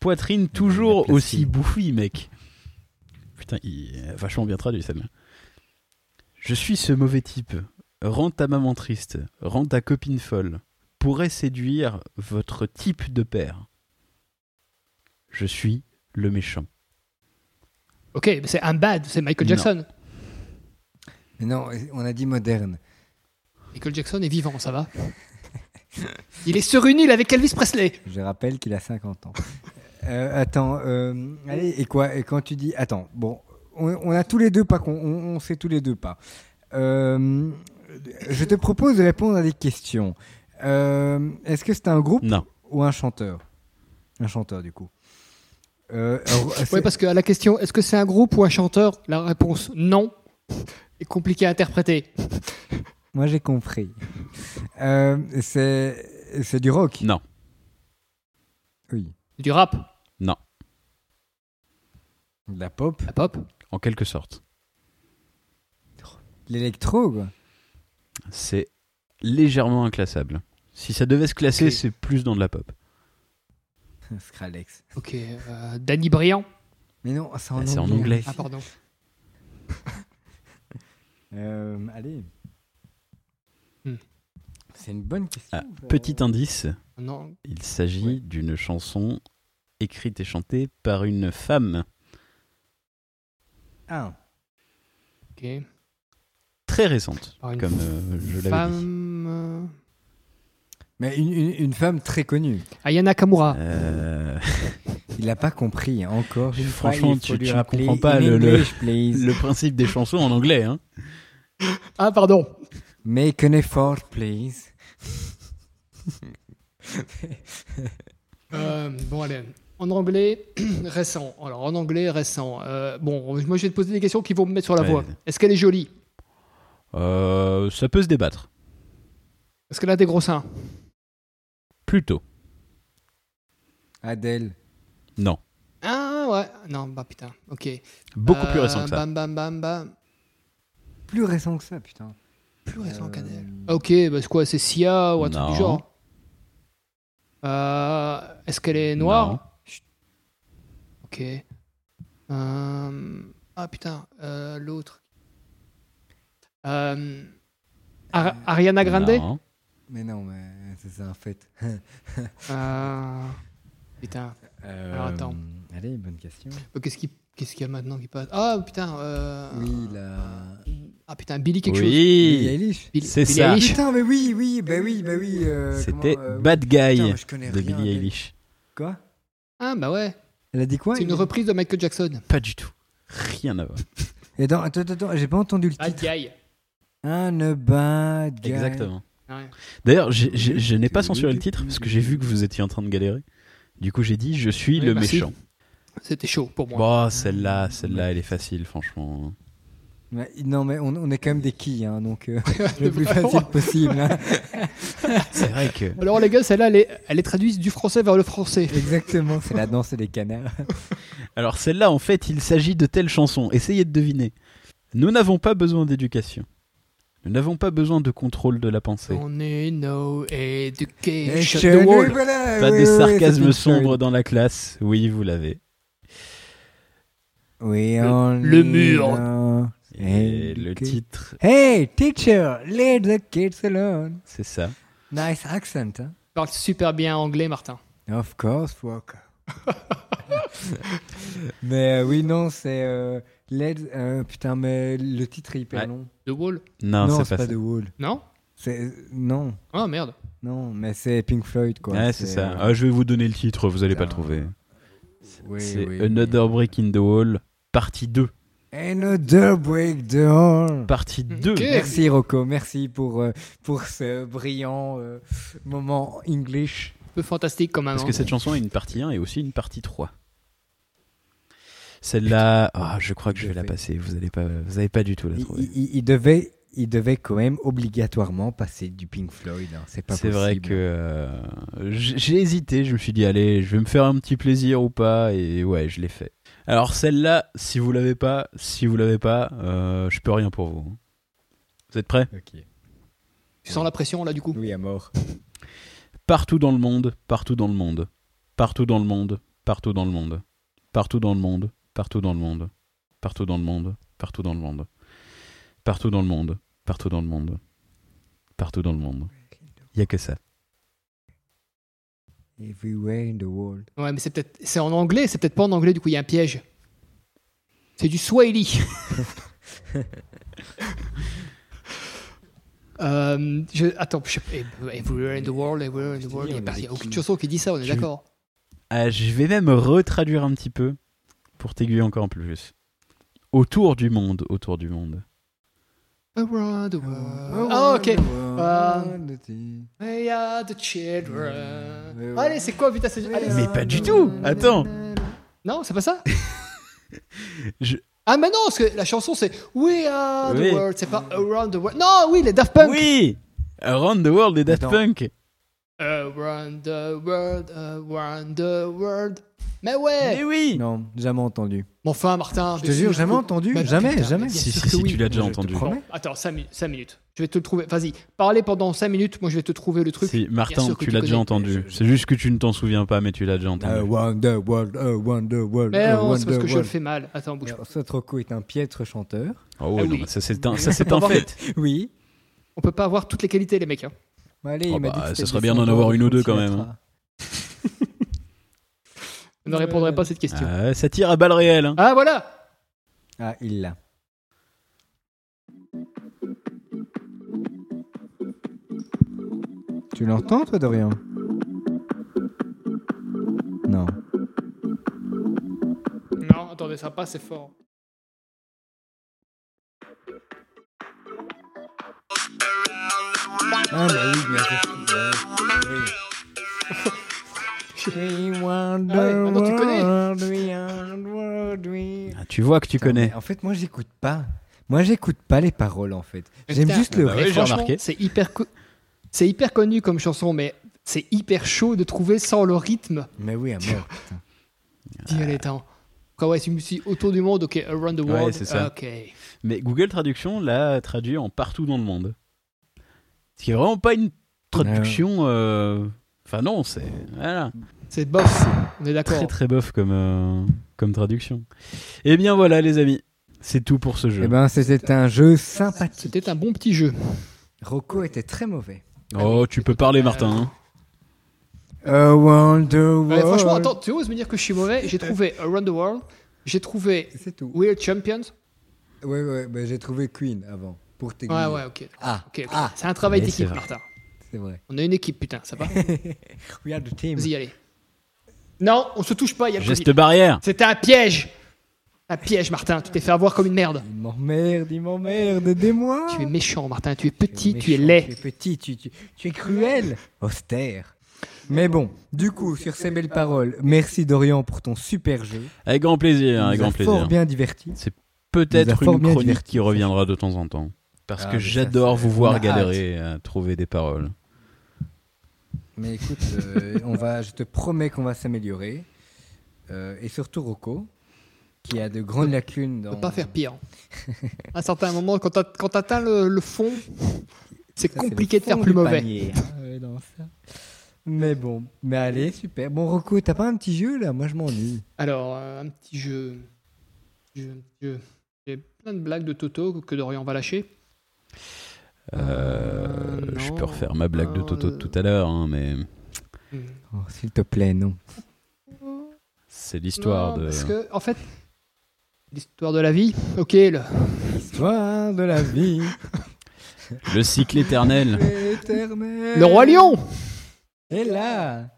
S9: poitrine
S7: Il a
S9: toujours
S7: placé.
S9: aussi bouffie, mec. Putain, il est vachement bien traduit celle-là. Je suis ce mauvais type. Rends ta maman triste, rends ta copine folle. Pourrait séduire votre type de père. Je suis le méchant.
S8: Ok, mais c'est un bad, c'est
S9: Non.
S8: Michael Jackson.
S7: Mais Euh, Non, on a dit moderne.
S8: Michael Jackson est vivant, ça va. Il est sur une île avec Elvis Presley.
S7: Je rappelle qu'il a 50 ans. Euh, attends, euh, allez, et quoi Et quand tu dis. Attends, bon, on, on a tous les deux pas qu'on on, on sait tous les deux pas. Euh, je te propose de répondre à des questions. Euh, Est-ce que c'est un groupe
S9: Non.
S7: ou un chanteur Un chanteur, du coup. Euh, alors,
S8: Oui,
S7: c'est-
S8: parce que à la question, est-ce que c'est un groupe ou un chanteur La réponse non est compliquée à interpréter.
S7: Moi, j'ai compris. Euh, c'est c'est du rock
S9: Non.
S7: Oui.
S8: Du rap,
S7: De la pop
S8: la pop,
S9: En quelque sorte.
S7: L'électro, quoi.
S9: C'est légèrement inclassable. Si ça devait se classer,
S8: Ok.
S9: c'est plus dans de la pop.
S7: Skrillex.
S8: ok, euh, Danny Briand,
S7: Mais non, c'est en
S9: Bah,
S7: anglais.
S9: c'est en anglais.
S8: Ah, pardon.
S7: Euh, allez.
S8: Hmm.
S7: C'est une bonne question.
S9: Ah, Petit indice,
S8: Non.
S9: il s'agit
S7: Ouais.
S9: d'une chanson écrite et chantée par une femme
S7: Ah,
S8: Ok.
S9: très récente,
S8: Par une
S9: comme euh, je l'avais dit.
S8: Femme.
S7: mais une, une- une femme très connue.
S8: euh, Ayana Kamura.
S9: Euh,
S7: Il n'a pas compris encore. Une fois,
S9: Franchement,
S7: il faut
S9: tu-
S7: lui
S9: tu ne
S7: rappeler
S9: comprends pas
S7: in
S9: le- le-
S7: English, please.
S9: le principe des chansons en anglais, hein.
S8: Ah, pardon.
S7: Make an effort, please.
S8: Euh, bon, allez. En anglais, récent. Alors, en anglais, récent. Euh, bon, moi, je vais te poser des questions qui vont me mettre sur la
S9: Ouais.
S8: voie. Est-ce qu'elle est jolie
S9: Euh, ça peut se débattre,
S8: Est-ce qu'elle a des gros seins
S9: plutôt.
S7: Adèle.
S9: Non,
S8: Ah, ouais. Non, bah putain. Ok.
S9: beaucoup plus
S8: Euh,
S9: récent que ça.
S8: Bam, bam, bam, bam.
S7: Plus récent que ça, putain.
S8: Plus récent
S7: Euh,
S8: qu'Adèle. Ok, bah c'est quoi C'est Sia ou un truc
S9: Non.
S8: du genre Euh, Est-ce qu'elle est noire
S9: Non.
S8: Ok. Euh, Ah putain, euh, l'autre. Euh, Ar- Ariana Grande
S9: Non.
S7: Mais non, mais c'est ça, en fait.
S8: Euh, Putain, Alors, attends.
S7: Euh, Allez, bonne question.
S8: Euh, qu'est-ce qui- qu'est-ce qu'il y a maintenant qui passe Ah putain, euh,
S7: Oui, la.
S8: ah putain, Billy quelque chose.
S7: Billie
S9: Oui,
S7: Eilish.
S8: Billie-
S9: c'est
S8: Billie
S9: ça.
S8: Eilish
S7: Putain, mais oui, oui, bah oui, bah oui. euh,
S9: c'était
S7: comment, euh, oui.
S9: Bad
S7: Putain,
S9: Guy
S7: mais je connais
S9: de
S7: rien,
S9: Billie
S7: mais-
S9: Eilish.
S7: Quoi
S8: Ah bah ouais,
S7: Elle a dit quoi
S8: c'est une
S7: il-
S8: reprise de Michael Jackson.
S9: Pas du tout, rien à voir.
S7: Et dans- Attends, attends, attends, j'ai pas entendu le titre.
S8: guy.
S7: Un bad guy.
S9: Exactement.
S8: Ah Ouais.
S9: D'ailleurs, j'ai- j'ai- je n'ai pas censuré le titre parce que j'ai vu que vous étiez en train de galérer. Du coup, j'ai dit je suis
S8: Oui,
S9: le
S8: merci.
S9: méchant.
S8: C'était chaud pour moi.
S9: Bon, celle-là, celle-là, elle est facile, franchement.
S7: Ouais, non, mais on, on est quand même des quilles, hein, donc euh, le plus
S8: Vraiment.
S7: facile possible. hein.
S9: C'est vrai que.
S8: Alors les gars, celle-là, elle est, elle est traduite du français vers le français.
S7: Exactement, c'est la danse des canards.
S9: Alors celle-là, en fait, il s'agit de telle chanson. Essayez de deviner. Nous n'avons pas besoin d'éducation. Nous n'avons pas besoin de contrôle de la pensée.
S8: On est no
S7: Et
S8: education.
S7: je-
S8: The
S7: oui,
S8: wall.
S7: voilà,
S9: Pas
S7: oui,
S9: de
S7: oui,
S9: sarcasme
S7: c'est une
S9: sombre
S7: chose.
S9: dans la classe. Oui, vous l'avez.
S7: Oui, on
S8: le
S7: est
S8: mur.
S7: dans-
S9: Et le
S7: Educa-
S9: titre,
S7: Hey, teacher, leave the kids alone.
S9: c'est ça.
S7: Nice accent, hein.
S8: Tu parles super bien anglais, Martin.
S7: Of course, Walker. mais euh, oui, non, c'est euh, Led. euh, putain, mais le titre est hyper
S9: Ouais.
S7: long.
S8: The Wall
S9: Non,
S7: non,
S9: c'est pas,
S7: The
S9: ça.
S7: Wall.
S8: Non
S7: C'est non,
S8: Ah merde.
S7: non, mais c'est euh, Pink Floyd quoi.
S9: Ouais, c'est ça. Ah, je vais vous donner le titre, vous allez pas le
S7: hein, Putain.
S9: trouver.
S7: Oui,
S9: c'est
S7: oui,
S9: Another
S7: oui.
S9: Break in the Wall, partie 2.
S7: Another break the wall.
S9: Partie 2.
S8: Ok.
S7: Merci Rocco, merci pour euh, pour ce brillant euh, moment English.
S8: Un peu fantastique comme un
S9: Parce que cette chanson a une partie 1 et aussi une partie 3. Celle-là, ah, je crois que je vais la passer. Vous n'allez pas, vous allez pas du tout la
S7: Il,
S9: trouver.
S7: il- il devait il devait quand même obligatoirement passer du Pink Floyd. hein. C'est pas
S9: C'est
S7: possible.
S9: vrai que euh, j- j'ai hésité. Je me suis dit, allez, je vais me faire un petit plaisir ou pas. Et ouais, je l'ai fait. Alors celle-là, si vous l'avez pas, si vous l'avez pas, euh, je peux rien pour vous. Vous êtes prêts
S7: Ok.
S8: Tu sens la pression là du coup
S7: Oui à mort.
S9: Partout dans le monde, partout dans le monde, partout dans le monde, partout dans le monde, partout dans le monde, partout dans le monde, partout dans le monde, partout dans le monde, partout dans le monde, partout dans le monde, partout dans le monde. Il y a que ça.
S7: Everywhere in the world.
S8: Ouais, mais c'est peut-être. C'est en anglais, c'est peut-être pas en anglais, du coup il y a un piège. C'est du Swahili. Euh, je- attends, je- everywhere in the world, everywhere in the world. Il y a, pas- il y a aucune chanson qui dit ça, on est
S9: Tu-
S8: d'accord.
S9: Ah, je vais même retraduire un petit peu pour t'aiguiller encore plus. Autour du monde, autour du monde.
S8: Around the world. Ah, ok. Ah. We are the
S7: Ouais,
S8: children.
S7: ouais.
S8: Allez, c'est quoi, putain, c'est. allez,
S9: Mm, Mais pas du tout. Attends.
S8: Non, c'est pas ça
S9: Je-
S8: Ah, mais non, parce que la chanson c'est We Are the
S9: Oui.
S8: World, c'est pas Around the World. Non, oui, Eh. les Daft Punk
S9: Oui Around the World des Daft
S7: Attends.
S9: Punk.
S8: Around the World, Around the World. Mais ouais
S9: Mais oui
S7: Non, jamais entendu.
S8: Mais enfin, Martin.
S7: Je te jure, jamais entendu.
S8: Mais
S7: Jamais,
S8: putain,
S7: jamais.
S8: mais Bah, bien
S9: Si,
S8: sûr
S9: si,
S8: que
S9: si,
S8: oui.
S9: tu l'as déjà
S7: Je te
S9: entendu.
S7: promets.
S8: Attends, 5 minutes. Je Je vais te le trouver. Vas-y, parlez pendant 5 minutes. Moi, je vais te trouver le truc.
S9: Si, Martin,
S8: sûr que
S9: tu
S8: tu
S9: l'as déjà
S8: connais. Ah
S9: entendu.
S7: Je- je-
S9: C'est juste que tu ne t'en souviens pas, mais tu l'as déjà entendu.
S7: Euh, Wonder World, euh, Wonder World,
S8: Mais
S7: euh,
S8: non, c'est parce
S7: Wonderwall.
S8: que je le fais mal. Attends, bouge pas.
S7: Alors, Sotroko est un piètre chanteur.
S9: Oh,
S8: Ah
S9: non,
S8: oui.
S9: mais ça c'est un, ça, c'est
S8: Faut
S9: un
S8: voir.
S9: fait.
S7: Oui.
S8: On peut pas avoir toutes les qualités, les mecs. hein.
S7: Bah, allez,
S9: Oh,
S7: il m'a
S9: bah,
S7: dit que
S9: ça
S7: c'était
S9: serait bien d'en
S7: descendant
S9: avoir
S7: de
S9: une ou
S7: Frank
S9: deux, quand même,
S7: Sinatra.
S8: Je ne répondrai pas à cette question.
S9: Ah ouais, ça tire à balles réelles. hein.
S8: Ah, voilà
S7: Ah, il l'a. Tu l'entends, toi, Dorian Non.
S8: Non, attendez, ça passe, c'est fort.
S7: Ah, bah oui, bien Ah sûr. Oui. We wonder
S8: Ah ouais, maintenant tu connais.
S7: world, we wonder world, we-
S9: Ah, tu vois que tu
S7: Putain,
S9: connais.
S7: mais En fait, moi, j'écoute pas. Moi, j'écoute pas les paroles, en fait.
S8: Mais
S7: J'aime
S8: putain,
S7: juste le
S9: bah oui,
S7: riff.
S9: j'ai
S8: Franchement,
S9: remarqué.
S8: C'est hyper, co- c'est hyper connu comme chanson, mais c'est hyper chaud de trouver sans le rythme.
S7: Mais oui, à mort. putain.
S8: Dis, allez, attends. Quoi, ouais, si je me suis autour du monde, ok, around the
S9: Ouais,
S8: world.
S9: c'est ça.
S8: Ok.
S9: Mais Google Traduction l'a traduit en partout dans le monde. Ce qui est vraiment pas une
S8: Ah.
S9: traduction. euh, Enfin, non, c'est. Voilà.
S8: C'est bof, on est
S9: Très
S8: d'accord.
S9: très bof comme, euh, comme traduction. Et bien voilà, les amis. C'est tout pour ce jeu.
S7: Eh ben, c'était un jeu sympathique.
S8: C'était un bon petit jeu.
S7: Rocco était très mauvais.
S9: oh, tu peux
S7: euh,
S9: parler, Martin. hein.
S7: A wonder
S8: Ouais,
S7: world.
S8: Euh, franchement, attends, tu oses me dire que je suis mauvais J'ai trouvé Around the World, j'ai trouvé
S7: C'est tout.
S8: We're Champions.
S7: Ouais, ouais, bah, j'ai trouvé Queen avant. Pour
S8: Ouais,
S7: t'aiguiller.
S8: ouais, ok.
S7: Ah,
S8: ok, ok.
S7: ah,
S8: c'est un travail
S9: mais c'est
S8: d'équipe,
S9: vrai.
S8: Martin.
S7: c'est vrai.
S8: On a une équipe, putain, ça va
S7: We are the team.
S8: Vas-y, allez. Non, on se touche
S7: eh
S8: pas, il y
S7: ben,
S8: a le
S9: Geste
S8: Covid.
S9: barrière.
S8: C'était un piège Un piège, Martin, tu t'es fait avoir comme une merde.
S7: Il m'emmerde, il m'emmerde, aidez-moi.
S8: Tu es méchant, Martin, tu es
S7: Tu es
S8: petit, tu es
S7: méchant,
S8: laid.
S7: Tu es petit, tu, tu- tu es cruel. Austère. Mais bon, du coup, sur ces belles paroles, merci Dorian pour ton super jeu.
S9: Avec grand plaisir,
S7: Il
S9: avec
S7: nous a
S9: grand plaisir.
S7: Fort bien diverti. nous a
S9: Peut-être
S7: fort
S9: une
S7: bien
S9: chronique
S7: divertis,
S9: qui
S7: ça.
S9: reviendra de temps en temps. Parce
S7: Ah,
S9: que
S7: mais ça,
S9: j'adore
S7: c'est-
S9: vous
S7: on a
S9: voir
S7: hâte.
S9: galérer à trouver des paroles.
S7: Mais écoute, euh, on va, je te promets qu'on va s'améliorer. Euh, et surtout Rocco, qui a de grandes lacunes
S8: On
S7: dans.
S8: peut pas faire pire. hein. à un certain moment, quand t'as- quand t'atteins le, le fond, c'est
S7: Ça, c'est le
S8: compliqué de
S7: fond
S8: faire
S7: du
S8: plus mauvais.
S7: panier, hein. Ouais, non, ça. Mais bon, mais allez, super. Bon, Rocco, t'as pas un petit jeu là Moi, je m'ennuie.
S8: Alors, euh, un petit jeu. Un petit jeu, un petit jeu. J'ai plein de blagues de Toto que Dorian va lâcher.
S9: Euh,
S8: Euh,
S9: je
S8: non.
S9: peux refaire ma blague de
S8: Non,
S9: Toto de
S8: euh.
S9: tout à l'heure, hein, mais
S7: Oh, S'il te plaît, non.
S9: c'est l'histoire
S8: Non,
S9: de.
S8: Parce que, en fait, l'histoire de la vie, ok, le-
S7: Histoire de la vie
S9: Le cycle éternel.
S7: éternelle.
S8: le roi lion
S7: est là.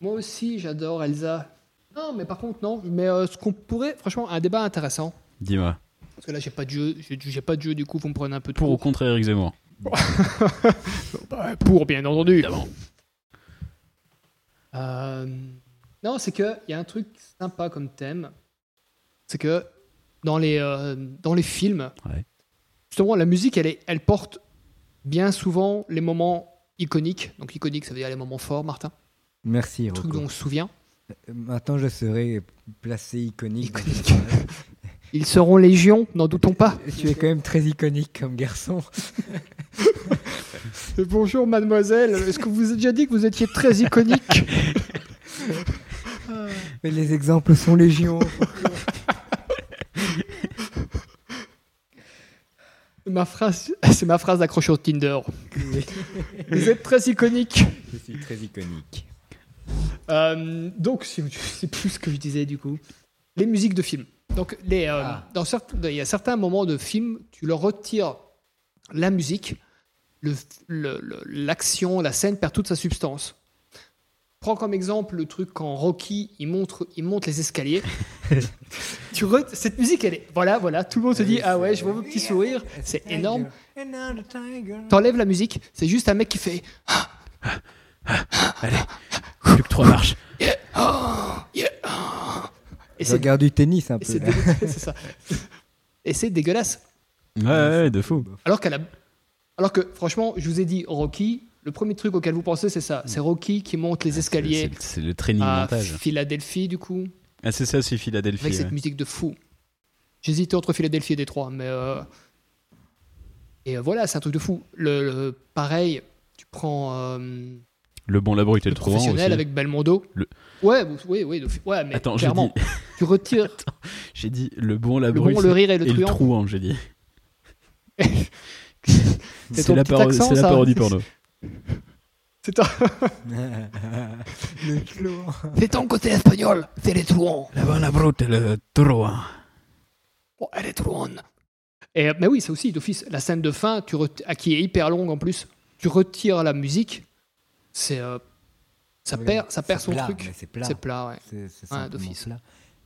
S8: Moi aussi, j'adore Elsa. Non, mais par contre, non. Mais euh, ce qu'on pourrait, franchement, un débat intéressant.
S9: Dis-moi.
S8: Parce que là, j'ai pas de jeu, j'ai j'ai pas de jeu, du coup, vous me prenez un peu de
S9: Pour ou contre Eric Zemmour
S8: Bah, pour, bien entendu. Euh, non, c'est que il y a un truc sympa comme thème, c'est que dans les euh, dans les films,
S9: Ouais.
S8: justement, la musique, elle est, elle porte bien souvent les moments iconiques. Donc iconique, ça veut dire les moments forts, Martin,
S7: Merci,
S8: trucs
S7: Rocco. Euh,
S8: dont on se souvient.
S7: Maintenant, je serai placé iconique. dans
S8: Iconique.
S7: cette phrase.
S8: Ils seront légion, n'en doutons pas.
S7: Tu es quand même très iconique comme garçon.
S8: Bonjour mademoiselle, est-ce que vous avez déjà dit que vous étiez très iconique
S7: Mais les exemples sont légion.
S8: Ma phrase, c'est ma phrase d'accroche sur Tinder. vous êtes très iconique.
S7: je suis très iconique.
S8: Euh, donc, si vous- c'est plus ce que je disais du coup. Les musiques de films. Donc, les, euh,
S7: Ah.
S8: dans certains, il y a certains moments de films, tu leur retires la musique, le- le- le- l'action, la scène perd toute sa substance. Prends comme exemple le truc quand Rocky il montre, il monte les escaliers. tu re- cette musique, elle est. Voilà, voilà, tout le monde se dit Ah ouais, je vois mon petit sourire, Ah, c'est énorme. T'enlèves la musique, c'est juste un mec qui fait
S9: Plus que trois marches.
S8: et
S7: Je
S8: c'est
S7: regarde du tennis un
S8: et
S7: peu.
S8: c'est
S7: là.
S8: dégueulasse, c'est ça. Et c'est dégueulasse.
S9: Ouais, ouais, de fou.
S8: Alors qu'à la- alors que franchement, je vous ai dit Rocky, le premier truc auquel vous pensez c'est ça, c'est Rocky qui monte les escaliers
S9: Mm. Ah, C'est- C'est c'est le training
S7: Ah,
S8: à
S9: montage.
S8: Philadelphie du coup
S9: Ah, c'est ça, c'est Philadelphie.
S8: avec cette
S9: ouais.
S8: musique de fou. J'hésitais entre Philadelphie et Détroit, mais euh, Et euh, voilà, c'est un truc de fou. Le, le- pareil, tu prends euh,
S9: Le bon, la brute et
S8: le
S9: le trouvant aussi.
S8: professionnel avec Belmondo.
S9: Le-
S8: Ouais, bon, oui, oui, donc- ouais, mais
S9: Attends, j'ai
S8: clairement,
S9: dit,
S8: tu retires
S9: j'ai dit le bon, la
S8: le
S9: brute
S8: bon, le rire et le
S9: et le
S8: truand.
S9: trouant, j'ai dit. C'est
S8: ton
S9: la,
S8: petit
S9: paro-
S8: accent,
S9: c'est la
S8: ça.
S9: parodie porno.
S8: C'est ton...
S7: le clown.
S8: c'est ton côté espagnol, c'est les truands.
S9: La bonne, la brute et le trouant.
S8: Oh, elle est truande. Et, euh, mais oui, c'est aussi d'office. La scène de fin, tu ret- ah, qui est hyper longue en plus, tu retires la musique, c'est. euh, ça,
S7: Oui,
S8: perd, ça perd
S7: c'est
S8: son
S7: plat,
S8: truc.
S7: mais C'est plat.
S8: C'est plat, ouais.
S7: C'est c'est simplement
S8: d'office.
S7: plat.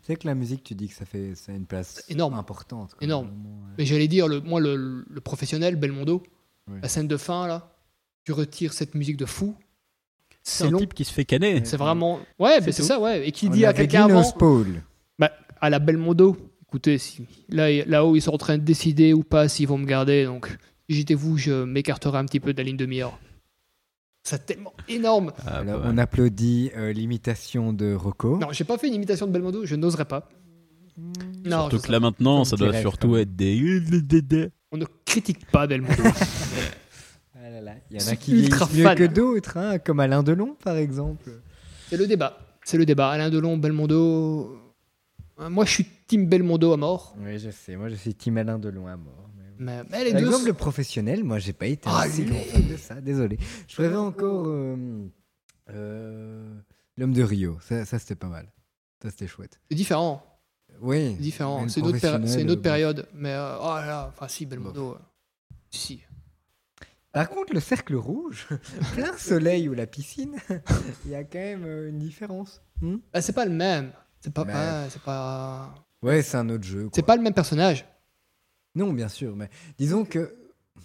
S7: C'est que la musique, tu dis que ça fait ça a une place
S8: C'est énorme.
S7: importante. quoi,
S8: Énorme.
S7: vraiment, ouais.
S8: Mais j'allais dire, le, moi, le, le professionnel, Belmondo,
S7: Oui.
S8: la scène de fin, là, tu retires cette musique de fou.
S9: C'est
S8: C'est
S9: un
S8: long.
S9: type qui se fait canner.
S8: C'est vraiment. Ouais,
S7: C'est
S8: mais c'est
S7: tout.
S8: ça, ouais. Et qui
S7: On
S8: dit à
S7: avait
S8: quelqu'un
S7: dit
S8: avant,
S7: Nose Paul.
S8: bah, à la Belmondo, écoutez, si, là, et- là-haut, ils sont en train de décider ou pas s'ils vont me garder, donc si j'étais vous, je m'écarterai un petit peu de la ligne de mire. C'est tellement énorme.
S9: Ah,
S7: Alors,
S9: bah,
S7: on applaudit euh, l'imitation de Rocco.
S8: Non, j'ai pas fait une imitation de Belmondo, je n'oserais pas. Non,
S9: Mmh. Surtout
S8: je-
S9: que là maintenant,
S7: Comme
S9: ça
S7: tu
S9: doit
S7: rêves,
S9: surtout
S8: hein.
S7: comme-
S9: être des.
S8: on ne critique pas Belmondo.
S7: Ah là là, Il y en a
S8: C'est
S7: qui vieillissent
S8: ultra
S7: mieux
S8: fan.
S7: que d'autres, hein, comme Alain Delon, par exemple.
S8: C'est le débat. C'est le débat. Alain Delon, Belmondo. Euh, Moi, je suis team Belmondo à mort.
S7: Oui, je sais. Moi, je suis Tim Alain Delon à mort. mais-
S8: Mais, mais les
S7: Par
S8: deux.
S7: exemple,
S8: sont-
S7: le professionnel, moi, j'ai pas été
S8: Ah,
S7: un si
S8: lui.
S7: grand fan de ça. Désolé. Je préfère encore euh, euh, l'homme de Rio. Ça, ça, c'était pas mal. Ça, c'était chouette.
S8: C'est différent.
S7: Oui.
S8: C'est différent.
S7: mais
S8: C'est
S7: le
S8: une, autre péri-
S7: professionnel,
S8: c'est une autre
S7: euh,
S8: période. Mais euh, oh là là, enfin si, Belmondo. euh, Si.
S7: Par contre, le cercle rouge, plein soleil ou la piscine, il y a quand même euh, une différence. Hmm
S8: Ah, c'est pas le même. C'est pas,
S7: Mais-
S8: ah, c'est pas,
S7: ouais, c'est un autre jeu. quoi.
S8: c'est pas le même personnage.
S7: Non, bien sûr, mais disons que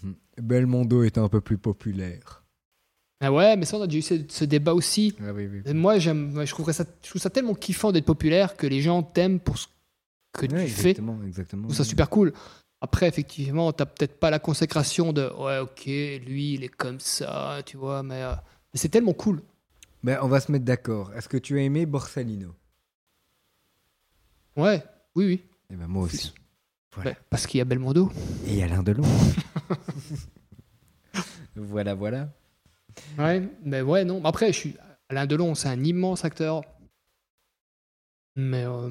S7: Hmm. Belmondo est un peu plus populaire.
S8: Ah ouais, mais ça, on a déjà eu ce, ce débat aussi.
S7: Ah oui, oui.
S8: Et moi, j'aime, moi, je trouverais ça, je trouve ça tellement kiffant d'être populaire que les gens t'aiment pour ce que tu fais. Je
S7: exactement, exactement.
S8: trouve ça super cool. Après, effectivement, t'as peut-être pas la consécration de ouais, ok, lui, il est comme ça, tu vois, mais, euh, mais c'est tellement cool.
S7: Ben, on va se mettre d'accord. Est-ce que tu as aimé Borsalino
S8: Ouais, oui, oui.
S7: Eh ben, moi aussi. Voilà.
S8: Ouais, parce qu'il y a Belmondo.
S7: Et Alain Delon. voilà, voilà.
S8: Ouais, mais ouais, non. Mais Après, je suis. Alain Delon, c'est un immense acteur. Mais euh,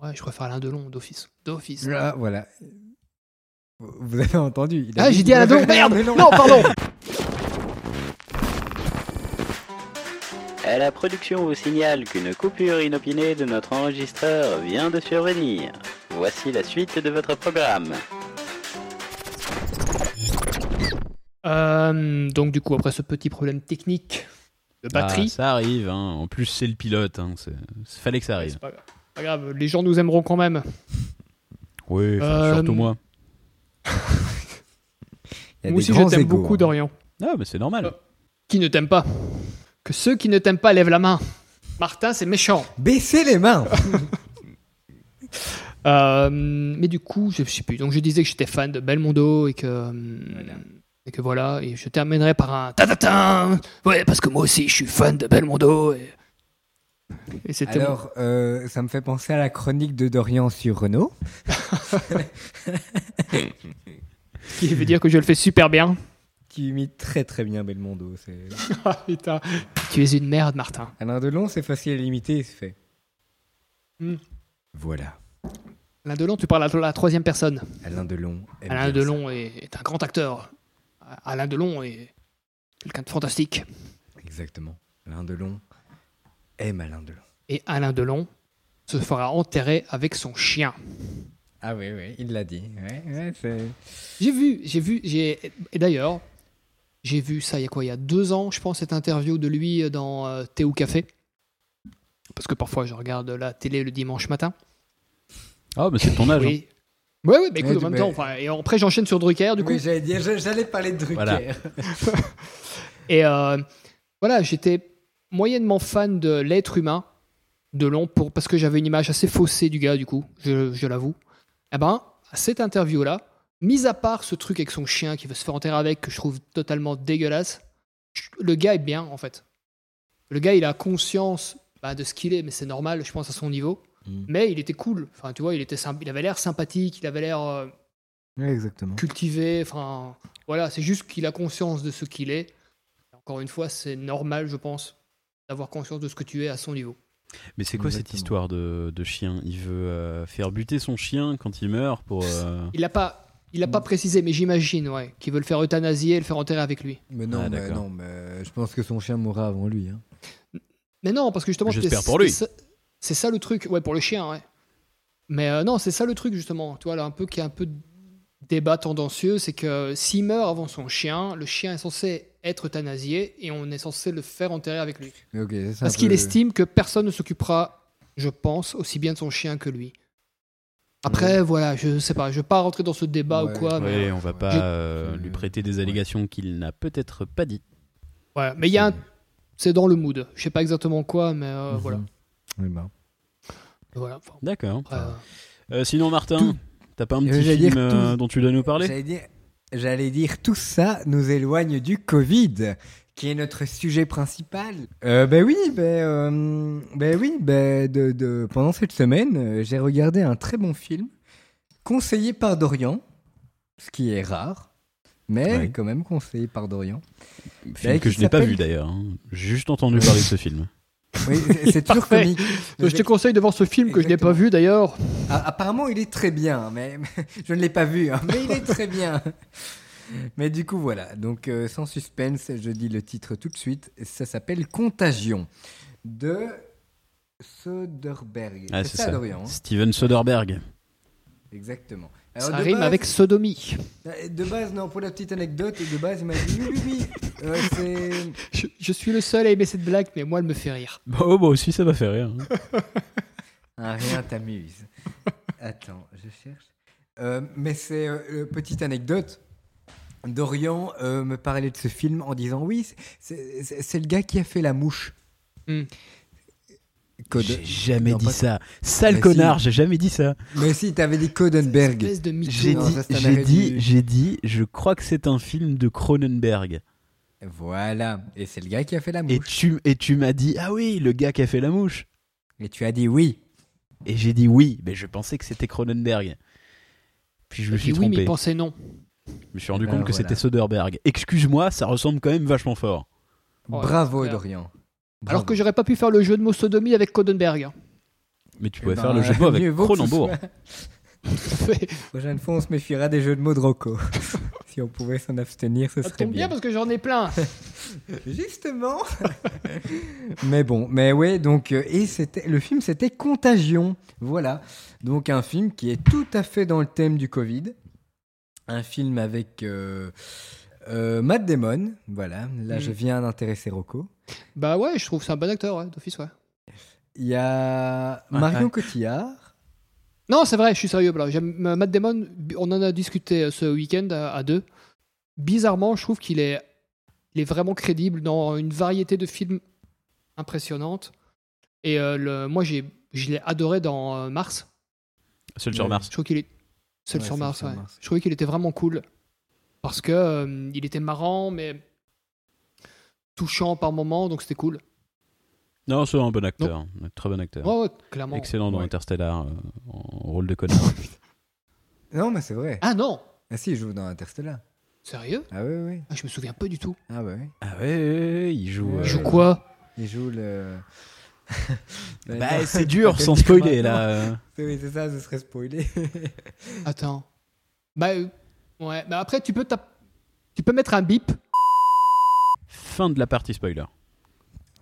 S8: ouais, je préfère Alain Delon d'office. D'office.
S7: Là, Ah, voilà. Vous avez entendu. il a
S8: Ah, j'ai dit Alain Delon, merde
S7: Mais
S8: Non, pardon
S1: À la production vous signale qu'une coupure inopinée de notre enregistreur vient de survenir. Voici la suite de votre programme.
S8: Euh, Donc, du coup, après ce petit problème technique de
S9: Ah,
S8: batterie.
S9: ça arrive. hein. En plus, c'est le pilote. Hein. C'est- c'est- Fallait que ça arrive.
S8: c'est pas, grave. pas grave, les gens nous aimeront quand même.
S9: Oui, enfin,
S8: Euh,
S9: surtout moi.
S7: Il y
S8: Moi
S7: a des
S8: aussi, je
S7: grands
S8: t'aime
S7: égos,
S8: beaucoup,
S7: hein.
S8: Dorian.
S9: Ah, mais c'est
S8: Euh,
S9: normal.
S8: Qui ne t'aime pas Que ceux qui ne t'aiment pas lèvent la main. Martin, c'est méchant.
S7: Baissez les mains
S8: Euh, mais du coup, je sais plus. Donc je disais que j'étais fan de Belmondo et que euh, et que voilà. Et je terminerai par un ta ta ta. Ouais, parce que moi aussi, je suis fan de Belmondo. Et, et c'était mon-
S7: Alors, euh, ça me fait penser à la chronique de Dorian sur Renault.
S8: ce qui veut dire que je le fais super bien.
S7: qui imite très très bien Belmondo. c'est-
S8: Ah, putain, tu es une merde, Martin.
S7: Alain Delon, c'est facile à l'imiter, il se fait.
S8: Hmm.
S7: Voilà.
S8: Alain Delon, tu parles à la troisième personne.
S7: Alain Delon. aime
S8: Alain
S7: bien
S8: Delon est, est un grand acteur. Alain Delon est quelqu'un de fantastique.
S7: ça. Exactement. Alain Delon aime Alain Delon.
S8: Et Alain Delon se fera enterrer avec son chien.
S7: Ah oui, oui, il l'a dit. Ouais, ouais, c'est-
S8: J'ai vu, j'ai vu, j'ai. Et d'ailleurs, j'ai vu ça il y a quoi Il y a deux ans, je pense, cette interview de lui dans euh, Thé ou Café. Parce que parfois, je regarde la télé le dimanche matin.
S9: Ah, mais c'est ton âge. hein.
S8: Oui. Ouais, ouais, bah écoute,
S7: Ouais,
S8: en même
S7: mais-
S8: temps, enfin, et après j'enchaîne sur Drucker, du coup.
S7: Oui, j'allais dire- je- j'allais parler de Drucker.
S9: Voilà.
S8: Et euh, voilà, j'étais moyennement fan de l'être humain de long pour, parce que j'avais une image assez faussée du gars, du coup, je, je l'avoue. Eh ben, à cette interview-là, mis à part ce truc avec son chien qui veut se faire enterrer avec, que je trouve totalement dégueulasse, je- le gars est bien, en fait. Le gars, il a conscience bah, de ce qu'il est, mais c'est normal, je pense, à son niveau.
S7: Mm.
S8: Mais il était cool. Enfin, tu vois, il, était symp- il avait l'air sympathique, il avait l'air euh,
S7: Ouais, exactement.
S8: cultivé. Enfin, Voilà, c'est juste qu'il a conscience de ce qu'il est. Encore une fois, c'est normal, je pense, d'avoir conscience de ce que tu es à son niveau.
S9: Mais c'est quoi cette
S7: Exactement.
S9: histoire de, de chien Il veut euh, faire buter son chien quand il meurt pour. euh,
S8: Il l'a pas, il l'a pas
S9: Mm.
S8: précisé, mais j'imagine, ouais, qu'ils veulent faire euthanasier et le faire enterrer avec lui.
S7: Mais non,
S9: Ah,
S7: mais
S9: d'accord.
S7: non, mais je pense que son chien mourra avant lui. hein.
S8: Mais non, parce que justement,
S9: J'espère
S8: c'était-
S9: pour lui.
S8: c'était ça- C'est ça le truc, ouais, pour le chien, ouais. Mais euh, non, c'est ça le truc justement. Tu vois là, un peu qui est un peu de débat tendancieux, c'est que s'il meurt avant son chien, le chien est censé être euthanasié et on est censé le faire enterrer avec lui.
S7: Mais ok, ça, c'est un
S8: Parce qu'il
S7: peu-
S8: estime que personne ne s'occupera, je pense, aussi bien de son chien que lui. Après, voilà, je sais pas, je veux pas rentrer dans ce débat
S7: Ouais,
S8: ou quoi.
S7: ouais.
S8: Mais
S9: Ouais, on va pas
S8: J'ai-
S9: euh, lui prêter des allégations qu'il n'a peut-être pas dites.
S8: voilà. Mais il y a, un- c'est dans le mood. Je sais pas exactement quoi, mais euh,
S7: Mhm.
S8: voilà,
S7: Oui, bah.
S8: voilà. Enfin,
S9: D'accord.
S8: après, euh,
S9: Euh, sinon, Martin,
S7: Ah. Tout-
S9: t'as pas un
S7: Euh,
S9: petit
S7: j'allais
S9: film
S7: dire tout-
S9: euh, dont tu dois nous parler
S7: J'allais dire, j'allais dire, tout ça nous éloigne du Covid, qui est notre sujet principal. Euh, ben oui, ben, euh, ben oui, ben de, de- pendant cette semaine, euh, j'ai regardé un très bon film, conseillé par Dorian, ce qui est rare, mais
S9: Ouais.
S7: quand même conseillé par Dorian. Ben,
S9: Film que
S7: bah, qui
S9: je n'ai pas
S7: s'appelle-
S9: vu d'ailleurs. hein. J'ai juste entendu parler de ce film.
S7: Oui, c'est- c'est toujours
S8: Parfait.
S7: comique.
S8: Je te conseille de voir ce film que je n'ai pas vu d'ailleurs.
S7: Ah, Apparemment, il est très bien, mais mais je ne l'ai pas vu, hein, mais il est très bien. Mais du coup, voilà. Donc, euh, sans suspense, je dis le titre tout de suite. Ça s'appelle Contagion de Soderbergh.
S9: Ah,
S7: c'est ça, Dorian, hein
S9: Steven Soderbergh.
S7: Exactement.
S8: Ça
S7: de
S8: rime
S7: base- euh,
S8: avec sodomie.
S7: De base, non, pour la petite anecdote, de base, il m'a dit oui, oui, oui. euh, c'est.
S8: Je, je suis le seul à aimer cette blague, mais moi, elle me fait rire.
S7: Bah, oh,
S9: Bon, moi aussi, ça m'a fait rire. hein.
S7: Un Ah, rien t'amuse. Attends, je cherche. Euh, mais c'est euh, euh, petite anecdote. Dorian euh, me parlait de ce film en disant oui, c'est- c'est c'est- c'est le gars qui a fait la mouche.
S8: Hmm.
S7: Code-
S9: J'ai jamais
S7: Non,
S9: dit
S7: pas-
S9: ça. Sale
S7: Mais si.
S9: connard, j'ai jamais dit ça.
S7: Mais si, t'avais dit Codenberg.
S8: Espèce de mytho.
S9: J'ai
S7: Non,
S9: dit,
S7: ça, c'est un
S9: j'ai
S7: arrêt
S9: dit,
S7: du-
S9: j'ai dit, je crois que c'est un film de Cronenberg.
S7: Voilà, et c'est le gars qui a fait la
S9: Et
S7: mouche.
S9: tu, et tu m'as dit, ah oui, le gars qui a fait la mouche.
S7: Et tu as dit oui.
S9: Et j'ai dit oui, mais je pensais que c'était Cronenberg. Puis je me
S8: J'ai
S9: suis
S8: dit oui, mais
S9: trompé.
S8: il pensait non.
S9: Je me suis rendu
S7: Ben
S9: compte que
S7: voilà.
S9: c'était Soderbergh. Excuse-moi, ça ressemble quand même vachement fort.
S8: Ouais,
S7: Bravo,
S8: c'est clair.
S7: Dorian.
S8: Oh, Alors
S7: Bravo.
S8: que j'aurais pas pu faire le jeu de mots sodomie avec hein. Codenberg.
S9: Mais tu
S7: Eh
S9: pouvais
S7: ben,
S9: faire le jeu de mots
S7: mieux
S9: avec
S7: vaut que ce
S9: Cronenbourg.
S7: soit-
S8: fait.
S7: Prochaine fois, on se méfiera des jeux de mots de Rocco. si on pouvait s'en abstenir, ce
S8: Ça
S7: serait
S8: tombe bien parce que j'en ai plein.
S7: Justement. mais bon, mais ouais, donc euh, et c'était le film c'était Contagion. Voilà. Donc un film qui est tout à fait dans le thème du Covid. Un film avec euh, euh, Matt Damon, voilà. Là,
S8: Mm.
S7: je viens d'intéresser Rocco.
S8: bah ouais, je trouve que c'est un bon acteur, ouais, d'office, ouais.
S7: Il y a
S9: Ouais,
S7: Marion
S9: ouais.
S7: Cotillard.
S8: Non, c'est vrai, je suis sérieux. Là. J'aime- euh, Matt Damon, bi- on en a discuté euh, ce week-end à, à deux. Bizarrement, je trouve qu'il est, il est vraiment crédible dans une variété de films impressionnantes. Et euh, le, moi, j'ai, je l'ai adoré dans euh, Mars.
S9: Seul sur
S7: Ouais.
S9: Mars.
S8: Je trouve qu'il est seul
S7: Ouais,
S8: sur
S7: Seul
S8: Mars.
S7: sur
S8: ouais.
S7: Mars.
S8: Je trouvais qu'il était vraiment cool parce que euh, il était marrant, mais touchant par moments, donc c'était cool.
S9: Non, c'est un bon acteur. Un très bon acteur.
S8: Ouais, ouais, clairement.
S9: Excellent dans
S7: Oh, Ouais.
S9: Interstellar, euh, en rôle de connard.
S7: Non, mais c'est vrai.
S8: Ah non,
S7: Ah si, il joue dans Interstellar.
S8: sérieux
S7: Ah ouais, ouais.
S8: Ah, Je me souviens pas du tout.
S7: Ah ouais. ouais.
S9: ah ouais, ouais, ouais, il joue.
S7: Il
S8: Je
S7: joue
S9: euh,
S8: quoi
S7: Il joue le.
S9: Bah, c'est dur, sans spoiler là. euh.
S7: Oui, c'est ça, ce serait spoilé.
S8: Attends. Bah euh, ouais, bah après tu peux tap- tu peux mettre un bip.
S9: Fin de la partie spoiler.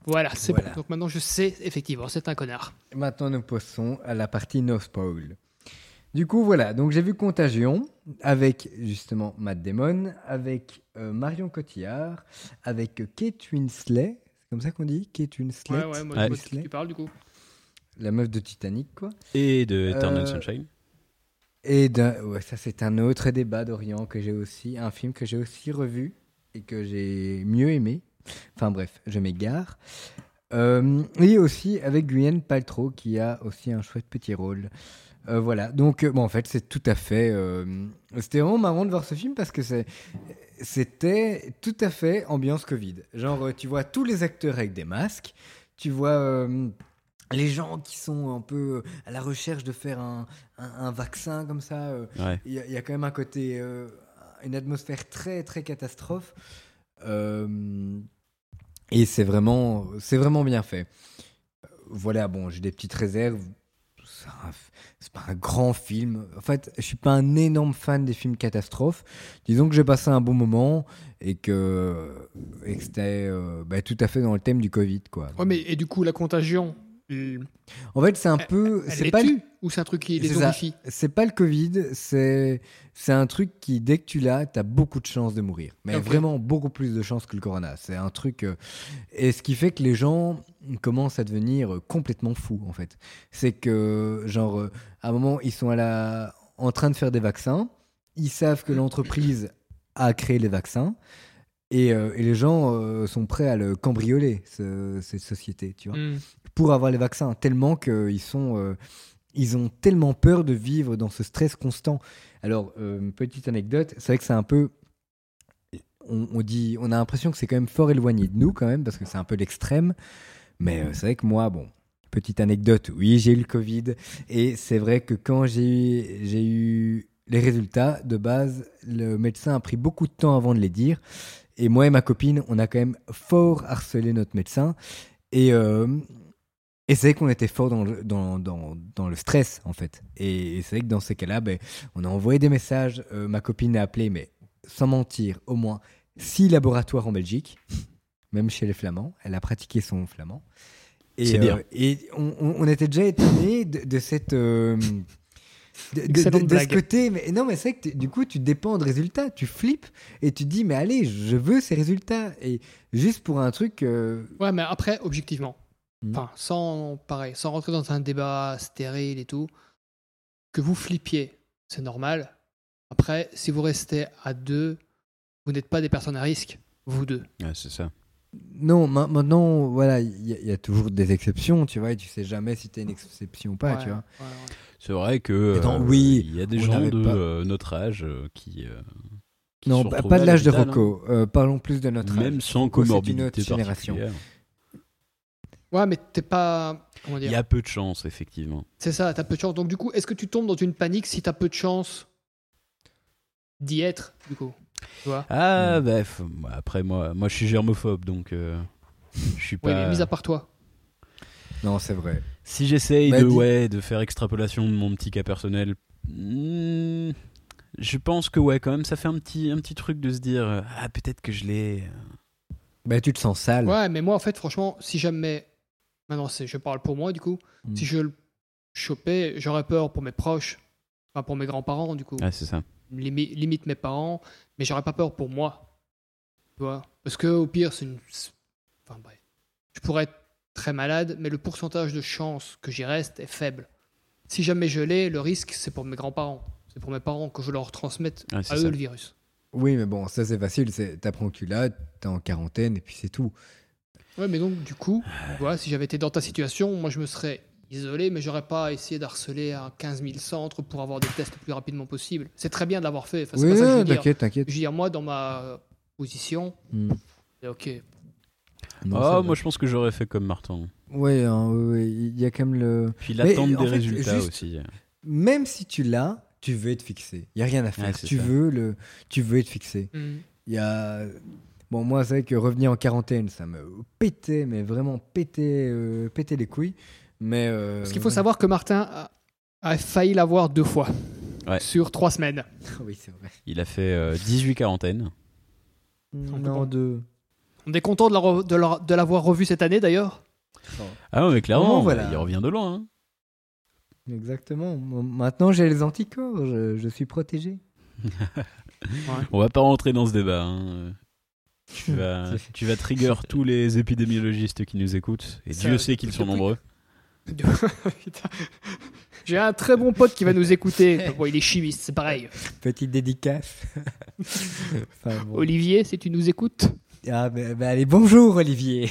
S8: Voilà, c'est
S7: Voilà.
S8: bon. Donc maintenant je sais effectivement, c'est un connard.
S7: Maintenant, nous passons à la partie no spoil. Du coup, voilà. Donc, j'ai vu Contagion avec justement Matt Damon, avec euh, Marion Cotillard, avec euh, Kate Winslet. C'est comme ça qu'on dit Kate Winslet.
S8: moi,
S9: Ouais.
S7: moi, tu- tu
S8: parles du coup.
S7: La meuf de Titanic, quoi.
S9: Et de Eternal
S7: Euh,
S9: Sunshine.
S7: Et d'un- ouais, ça, c'est un autre débat d'Orient que j'ai aussi. Un film que j'ai aussi revu et que j'ai mieux aimé. Enfin, bref, je m'égare. Euh, et aussi avec Guyane Paltrow qui a aussi un chouette petit rôle. Euh, voilà, donc euh, bon, en fait, c'est tout à fait. euh, c'était vraiment marrant de voir ce film parce que c'est- c'était tout à fait ambiance Covid. Genre, euh, tu vois tous les acteurs avec des masques, tu vois euh, les gens qui sont un peu à la recherche de faire un, un- un vaccin comme ça. euh,
S9: Ouais.
S7: Il y, a- il y a quand même un côté. euh, une atmosphère très très catastrophe. Euh, et c'est vraiment, c'est vraiment bien fait. Euh, Voilà, bon, j'ai des petites réserves. C'est un- C'est pas un grand film. En fait, je suis pas un énorme fan des films catastrophes. Disons que j'ai passé un bon moment et que, et que c'était euh, bah, tout à fait dans le thème du Covid, quoi.
S8: Ouais, mais et du coup, la contagion, elle
S7: En fait, c'est un peu,
S8: elle
S7: c'est
S8: les
S7: pas le-
S8: tue Ou c'est un truc qui les
S7: C'est ça.
S8: horrifie
S7: C'est pas le Covid, c'est c'est un truc qui, dès que tu l'as, t'as beaucoup de chances de mourir. Mais
S8: Ok.
S7: vraiment beaucoup plus de chances que le Corona. C'est un truc. euh, et ce qui fait que les gens commencent à devenir euh, complètement fous, en fait. C'est que, genre, euh, à un moment, ils sont à la, en train de faire des vaccins. Ils savent que l'entreprise a créé les vaccins. Et, euh, et les gens euh, sont prêts à le cambrioler, ce- cette société, tu vois
S8: Hmm.
S7: pour avoir les vaccins, tellement qu'ils sont, euh, ils ont tellement peur de vivre dans ce stress constant. Alors, euh, petite anecdote, c'est vrai que c'est un peu, on, on dit, on a l'impression que c'est quand même fort éloigné de nous quand même parce que c'est un peu l'extrême, mais euh, c'est vrai que moi, bon. Petite anecdote, oui, j'ai eu le Covid et c'est vrai que quand j'ai eu, j'ai eu les résultats de base, le médecin a pris beaucoup de temps avant de les dire et moi et ma copine, on a quand même fort harcelé notre médecin et euh, et c'est vrai qu'on était fort dans le, dans, dans, dans le stress, en fait. Et, c'est vrai que dans ces cas-là, ben, on a envoyé des messages. Euh, ma copine a appelé, mais sans mentir, au moins six laboratoires en Belgique, même chez les Flamands. Elle a pratiqué son flamand. Et, euh,
S9: C'est bien.
S7: et on, on- on était déjà étonnés de, de cette. euh, de, de- de-
S8: Excellente
S7: de ce
S8: blague.
S7: côté, mais non, mais c'est vrai que tu- du coup, tu dépends de résultats, tu flippes et tu dis, mais allez, je veux ces résultats. Et juste pour un truc, euh,
S8: Ouais, mais après, objectivement,
S7: Hmm.
S8: enfin, sans, pareil, sans rentrer dans un débat stérile et tout, que vous flippiez, c'est normal. Après, si vous restez à deux, vous n'êtes pas des personnes à risque, vous deux.
S9: Ouais, c'est ça.
S7: Non, ma- maintenant, voilà, il y, a- il y a toujours des exceptions, tu vois, et tu sais jamais si t'es une exception ou pas,
S8: Ouais,
S7: tu vois.
S8: ouais, ouais.
S9: C'est vrai que
S7: Mais dans-
S9: euh,
S7: oui,
S9: il y a des
S7: on
S9: gens
S7: n'avait
S9: de
S7: pas-
S9: euh, notre âge euh, qui, euh, qui
S7: non,
S9: se
S7: pas,
S9: retrouvent
S7: pas de
S9: à
S7: l'âge de
S9: l'hôpital,
S7: Rocco. euh, parlons plus de notre
S9: hein. Même
S7: âge.
S9: sans
S7: Rocco, c'est une
S9: comorbidité
S7: autre génération.
S9: particulière.
S8: Ouais, mais t'es pas. Comment
S9: Il
S8: dire
S9: y a peu de chance, effectivement.
S8: C'est ça, t'as peu de chance. Donc, du coup, est-ce que tu tombes dans une panique si t'as peu de chance d'y être, du coup Tu vois
S9: Ah, bref. Après, moi, moi, je suis germophobe, donc euh, je suis
S8: Oui, mais
S9: pas.
S8: mis à part toi.
S7: Non, c'est vrai.
S9: Si j'essaye
S7: Bah,
S9: de,
S7: dis-
S9: ouais, de faire extrapolation de mon petit cas personnel, hmm, je pense que ouais, quand même, ça fait un petit, un petit truc de se dire euh, Ah, peut-être que je l'ai. euh.
S7: Bah, tu te sens sale.
S8: Ouais, mais moi, en fait, franchement, si jamais. Maintenant, c'est- je parle pour moi, du coup.
S7: Mm.
S8: Si je le chopais, j'aurais peur pour mes proches, enfin pour mes grands-parents, du coup.
S9: Ah, c'est ça.
S8: Limi- limite mes parents, mais j'aurais pas peur pour moi. Tu vois Parce que, au pire, c'est une. c'est- Enfin, bref. Je pourrais être très malade, mais le pourcentage de chance que j'y reste est faible. Si jamais je l'ai, le risque, c'est pour mes grands-parents. C'est pour mes parents que je leur transmette
S9: Ah,
S8: à
S9: c'est
S8: eux
S9: ça.
S8: le virus.
S7: Oui, mais bon, ça c'est facile. c'est- T'apprends que tu l'as, t'es en quarantaine et puis c'est tout.
S8: Ouais, mais donc, du coup, voilà, si j'avais été dans ta situation, moi, je me serais isolé, mais j'aurais pas essayé d'harceler à 15 000 centres pour avoir des tests le plus rapidement possible. C'est très bien de l'avoir fait. Enfin, c'est
S7: oui,
S8: pas ça que je veux
S7: non,
S8: dire.
S7: t'inquiète, t'inquiète.
S8: Je veux dire, moi, dans ma position,
S7: Mm.
S8: c'est ok.
S7: Non,
S9: Ah,
S7: c'est
S9: moi,
S7: vrai.
S9: je pense que j'aurais fait comme Martin.
S7: Ouais, hein, ouais, ouais, il y a quand même le.
S9: Puis
S7: Mais,
S9: l'attente des
S7: en fait,
S9: résultats
S7: juste-
S9: aussi.
S7: Même si tu l'as, tu veux être fixé. Il y a rien à faire.
S9: Ouais, c'est
S7: tu
S9: ça.
S7: veux le, tu veux être fixé. Il y a. Bon, moi, c'est vrai que revenir en quarantaine, ça me pétait, mais vraiment pétait, euh, pétait les couilles. Mais. euh,
S8: Parce qu'il faut savoir que Martin a, a failli l'avoir deux fois
S9: Ouais.
S8: sur trois semaines.
S7: oui, c'est vrai.
S9: Il a fait euh, 18 quarantaines.
S7: Non, deux.
S8: On est content de la re- de la- de l'avoir revu cette année d'ailleurs.
S9: Ah, ouais, mais clairement,
S7: Oh, voilà.
S9: bah, il revient de loin. hein.
S7: Exactement. Bon, Maintenant, j'ai les anticorps. Je, je suis protégé.
S9: On va pas rentrer dans ce débat. hein. Tu vas, tu vas trigger tous les épidémiologistes qui nous écoutent, et
S8: Ça,
S9: Dieu sait qu'ils sont
S8: depuis-
S9: nombreux.
S8: Putain. J'ai un très bon pote qui va nous écouter. Bon, il est chimiste, c'est pareil.
S7: Petite dédicace. Enfin, bon.
S8: Olivier, si tu nous écoutes,
S7: Ah, bah, bah, allez, bonjour, Olivier.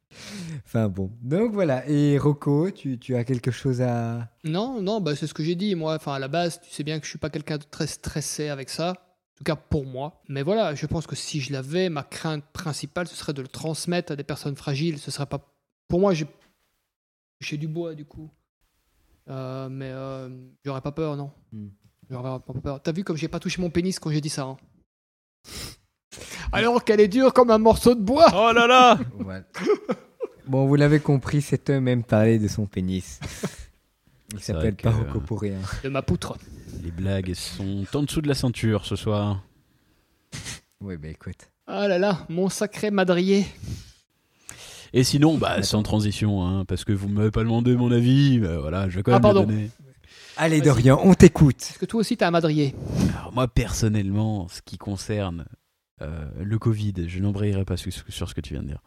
S7: enfin, bon. Donc, voilà. Et Rocco, tu, tu as quelque chose à.
S8: Non, non, bah, c'est ce que j'ai dit. Moi, enfin, à la base, tu sais bien que je suis pas quelqu'un de très stressé avec ça. En tout cas, pour moi. Mais voilà, je pense que si je l'avais, ma crainte principale, ce serait de le transmettre à des personnes fragiles. Ce serait pas. Pour moi, j'ai. J'ai du bois, du coup. Euh, mais euh, j'aurais pas peur, non.
S7: Hmm.
S8: J'aurais pas peur. T'as vu comme j'ai pas touché mon pénis quand j'ai dit ça. hein Alors qu'elle est dure comme un morceau de bois.
S9: Oh là là
S7: Voilà. Bon, vous l'avez compris, cet homme aime parler de son pénis. Il
S9: C'est vrai
S7: s'appelle
S9: que-
S7: pas
S8: euh,
S7: Rocco pour rien.
S8: De ma poutre.
S9: Les blagues sont en dessous de la ceinture ce soir.
S7: Oui, bah écoute.
S8: Ah là là, mon sacré madrier.
S9: Et sinon, bah, sans transition, hein, parce que vous m'avez pas demandé mon avis, bah, voilà, je vais quand
S8: Ah,
S9: même le
S8: pardon.
S9: donner.
S7: Allez,
S8: Vas-y.
S7: Dorian, on t'écoute.
S8: Est-ce que toi aussi t'as un madrier
S9: Alors moi, personnellement, ce qui concerne euh, le Covid, je n'embrayerai pas sur, sur ce que tu viens de dire.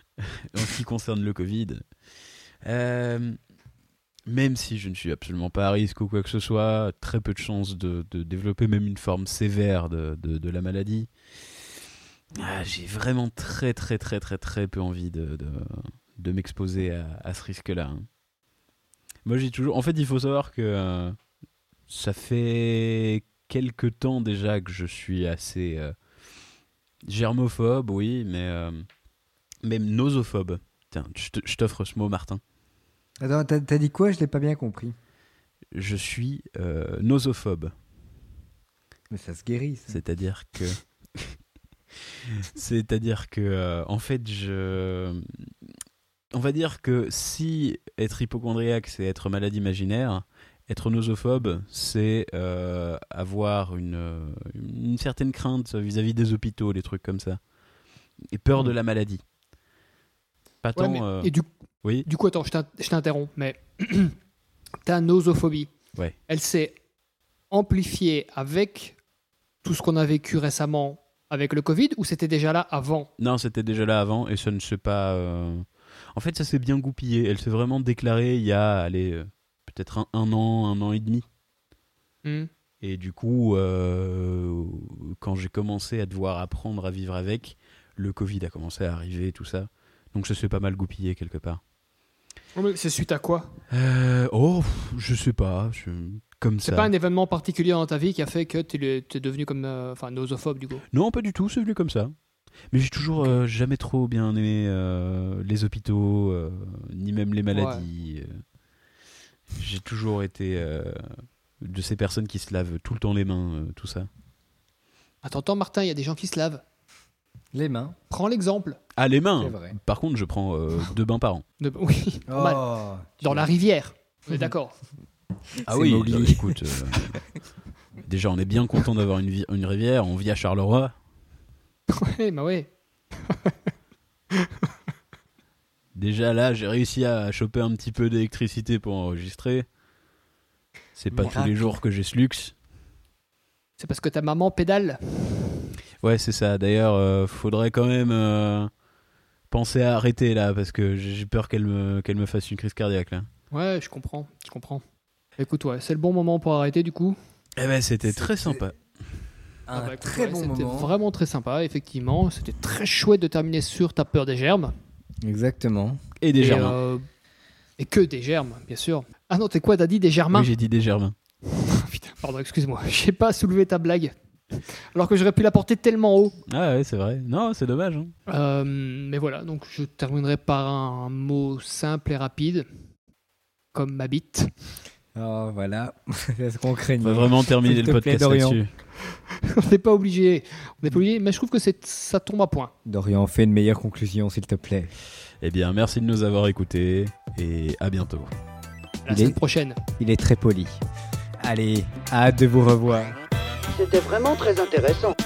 S9: en ce qui concerne le Covid, euh, même si je ne suis absolument pas à risque ou quoi que ce soit, très peu de chances de, de développer même une forme sévère de, de- de la maladie. ah, J'ai vraiment très très très très très peu envie de, de, de m'exposer à, à ce risque-là. hein. Moi j'ai toujours... En fait il faut savoir que euh, ça fait quelque temps déjà que je suis assez euh, germophobe, oui, mais euh, même nosophobe. Tiens, je te- je t'offre ce mot, Martin.
S7: Attends, t'as t'as dit quoi Je l'ai pas bien compris.
S9: Je suis euh, nosophobe,
S7: Mais ça se guérit,
S8: Mm.
S7: ça.
S9: c'est-à-dire que, c'est-à-dire que, euh, en fait, je, on va dire que si être hypochondriaque c'est être malade imaginaire, être nosophobe c'est euh, avoir une, euh, une certaine crainte vis-à-vis des hôpitaux, des trucs comme ça, et peur de la maladie. Pas
S8: Mm. Ouais,
S9: tant.
S8: mais-
S9: euh,
S8: Et du,
S9: Oui.
S8: du coup, attends, je t'in- je t'interromps, mais ta nosophobie,
S9: Ouais.
S8: elle s'est amplifiée avec tout ce qu'on a vécu récemment avec le Covid ou c'était déjà là avant
S9: Non, c'était déjà là avant et ça ne s'est pas. euh, En fait, ça s'est bien goupillé. Elle s'est vraiment déclarée il y a, allez, euh, peut-être un, un an, un an et demi.
S8: Hmm.
S9: Et du coup, euh, quand j'ai commencé à devoir apprendre à vivre avec, le Covid a commencé à arriver et tout ça. Donc ça s'est pas mal goupillé quelque part.
S8: Oh, mais C'est suite à quoi
S9: Euh, oh, pff, je sais pas. je- Comme
S8: C'est
S9: ça.
S8: pas un événement particulier dans ta vie qui a fait que tu es devenu comme, euh, enfin, nosophobe du coup.
S9: Non, pas du tout. C'est venu comme ça. Mais j'ai toujours euh, jamais trop bien aimé euh, les hôpitaux, euh, ni même les maladies. euh. J'ai toujours été euh, de ces personnes qui se lavent tout le temps les mains, euh, tout ça.
S8: Attends, attends, Martin, il y a des gens qui se lavent.
S7: Les mains,
S8: Prends l'exemple.
S9: Ah, les mains
S7: c'est vrai.
S9: Par contre, je prends euh, deux bains par an.
S8: De- Oui, normal.
S7: Oh, tu
S8: dans la
S7: vois.
S8: rivière. On est d'accord.
S9: Ah
S7: C'est
S9: oui,
S7: Mowgli.
S9: non, écoute. euh, déjà, on est bien content d'avoir une, vi- une rivière, on vit à Charleroi.
S8: ouais, bah ouais.
S9: Déjà là, j'ai réussi à choper un petit peu d'électricité pour enregistrer. C'est pas tous les
S7: Miracle.
S9: jours que j'ai ce luxe.
S8: C'est parce que ta maman pédale.
S9: Ouais, c'est ça. D'ailleurs, euh, faudrait quand même euh, penser à arrêter là, parce que j'ai j'ai peur qu'elle me, qu'elle me fasse une crise cardiaque là.
S8: Ouais, je comprends, je comprends. Écoute, ouais, c'est le bon moment pour arrêter du coup.
S9: Eh ben, c'était très
S7: C'était-
S9: sympa.
S7: Un
S8: Ah bah, écoute,
S7: très
S8: ouais,
S7: bon
S8: C'était
S7: moment.
S8: vraiment très sympa, effectivement. C'était très chouette de terminer sur ta peur des germes.
S7: Exactement.
S9: Et des
S8: Et,
S9: germains.
S8: euh, et que des germes, bien sûr. Ah non, t'es quoi, t'as dit des germains
S9: Oui, j'ai dit des germains.
S8: Putain, pardon, excuse-moi. J'ai pas soulevé ta blague. Alors que j'aurais pu la porter tellement haut.
S9: Ah ouais, c'est vrai. Non, c'est dommage. hein.
S8: Euh, mais voilà, donc je terminerai par un mot simple et rapide. Comme ma bite.
S7: Oh, voilà. c'est ce qu'on craignait.
S9: On va vraiment terminer
S7: S'il
S9: le
S7: te plaît,
S9: podcast
S7: Dorian.
S9: là-dessus.
S8: On n'est pas obligé. On n'est pas obligé, mais je trouve que c'est- ça tombe à point.
S7: Dorian, fais une meilleure conclusion, s'il te plaît.
S9: Eh bien, merci de nous avoir écoutés et à bientôt.
S8: À la
S7: Il
S8: semaine
S7: est-
S8: prochaine.
S7: Il est très poli. Allez, hâte de vous revoir.
S10: C'était vraiment très intéressant.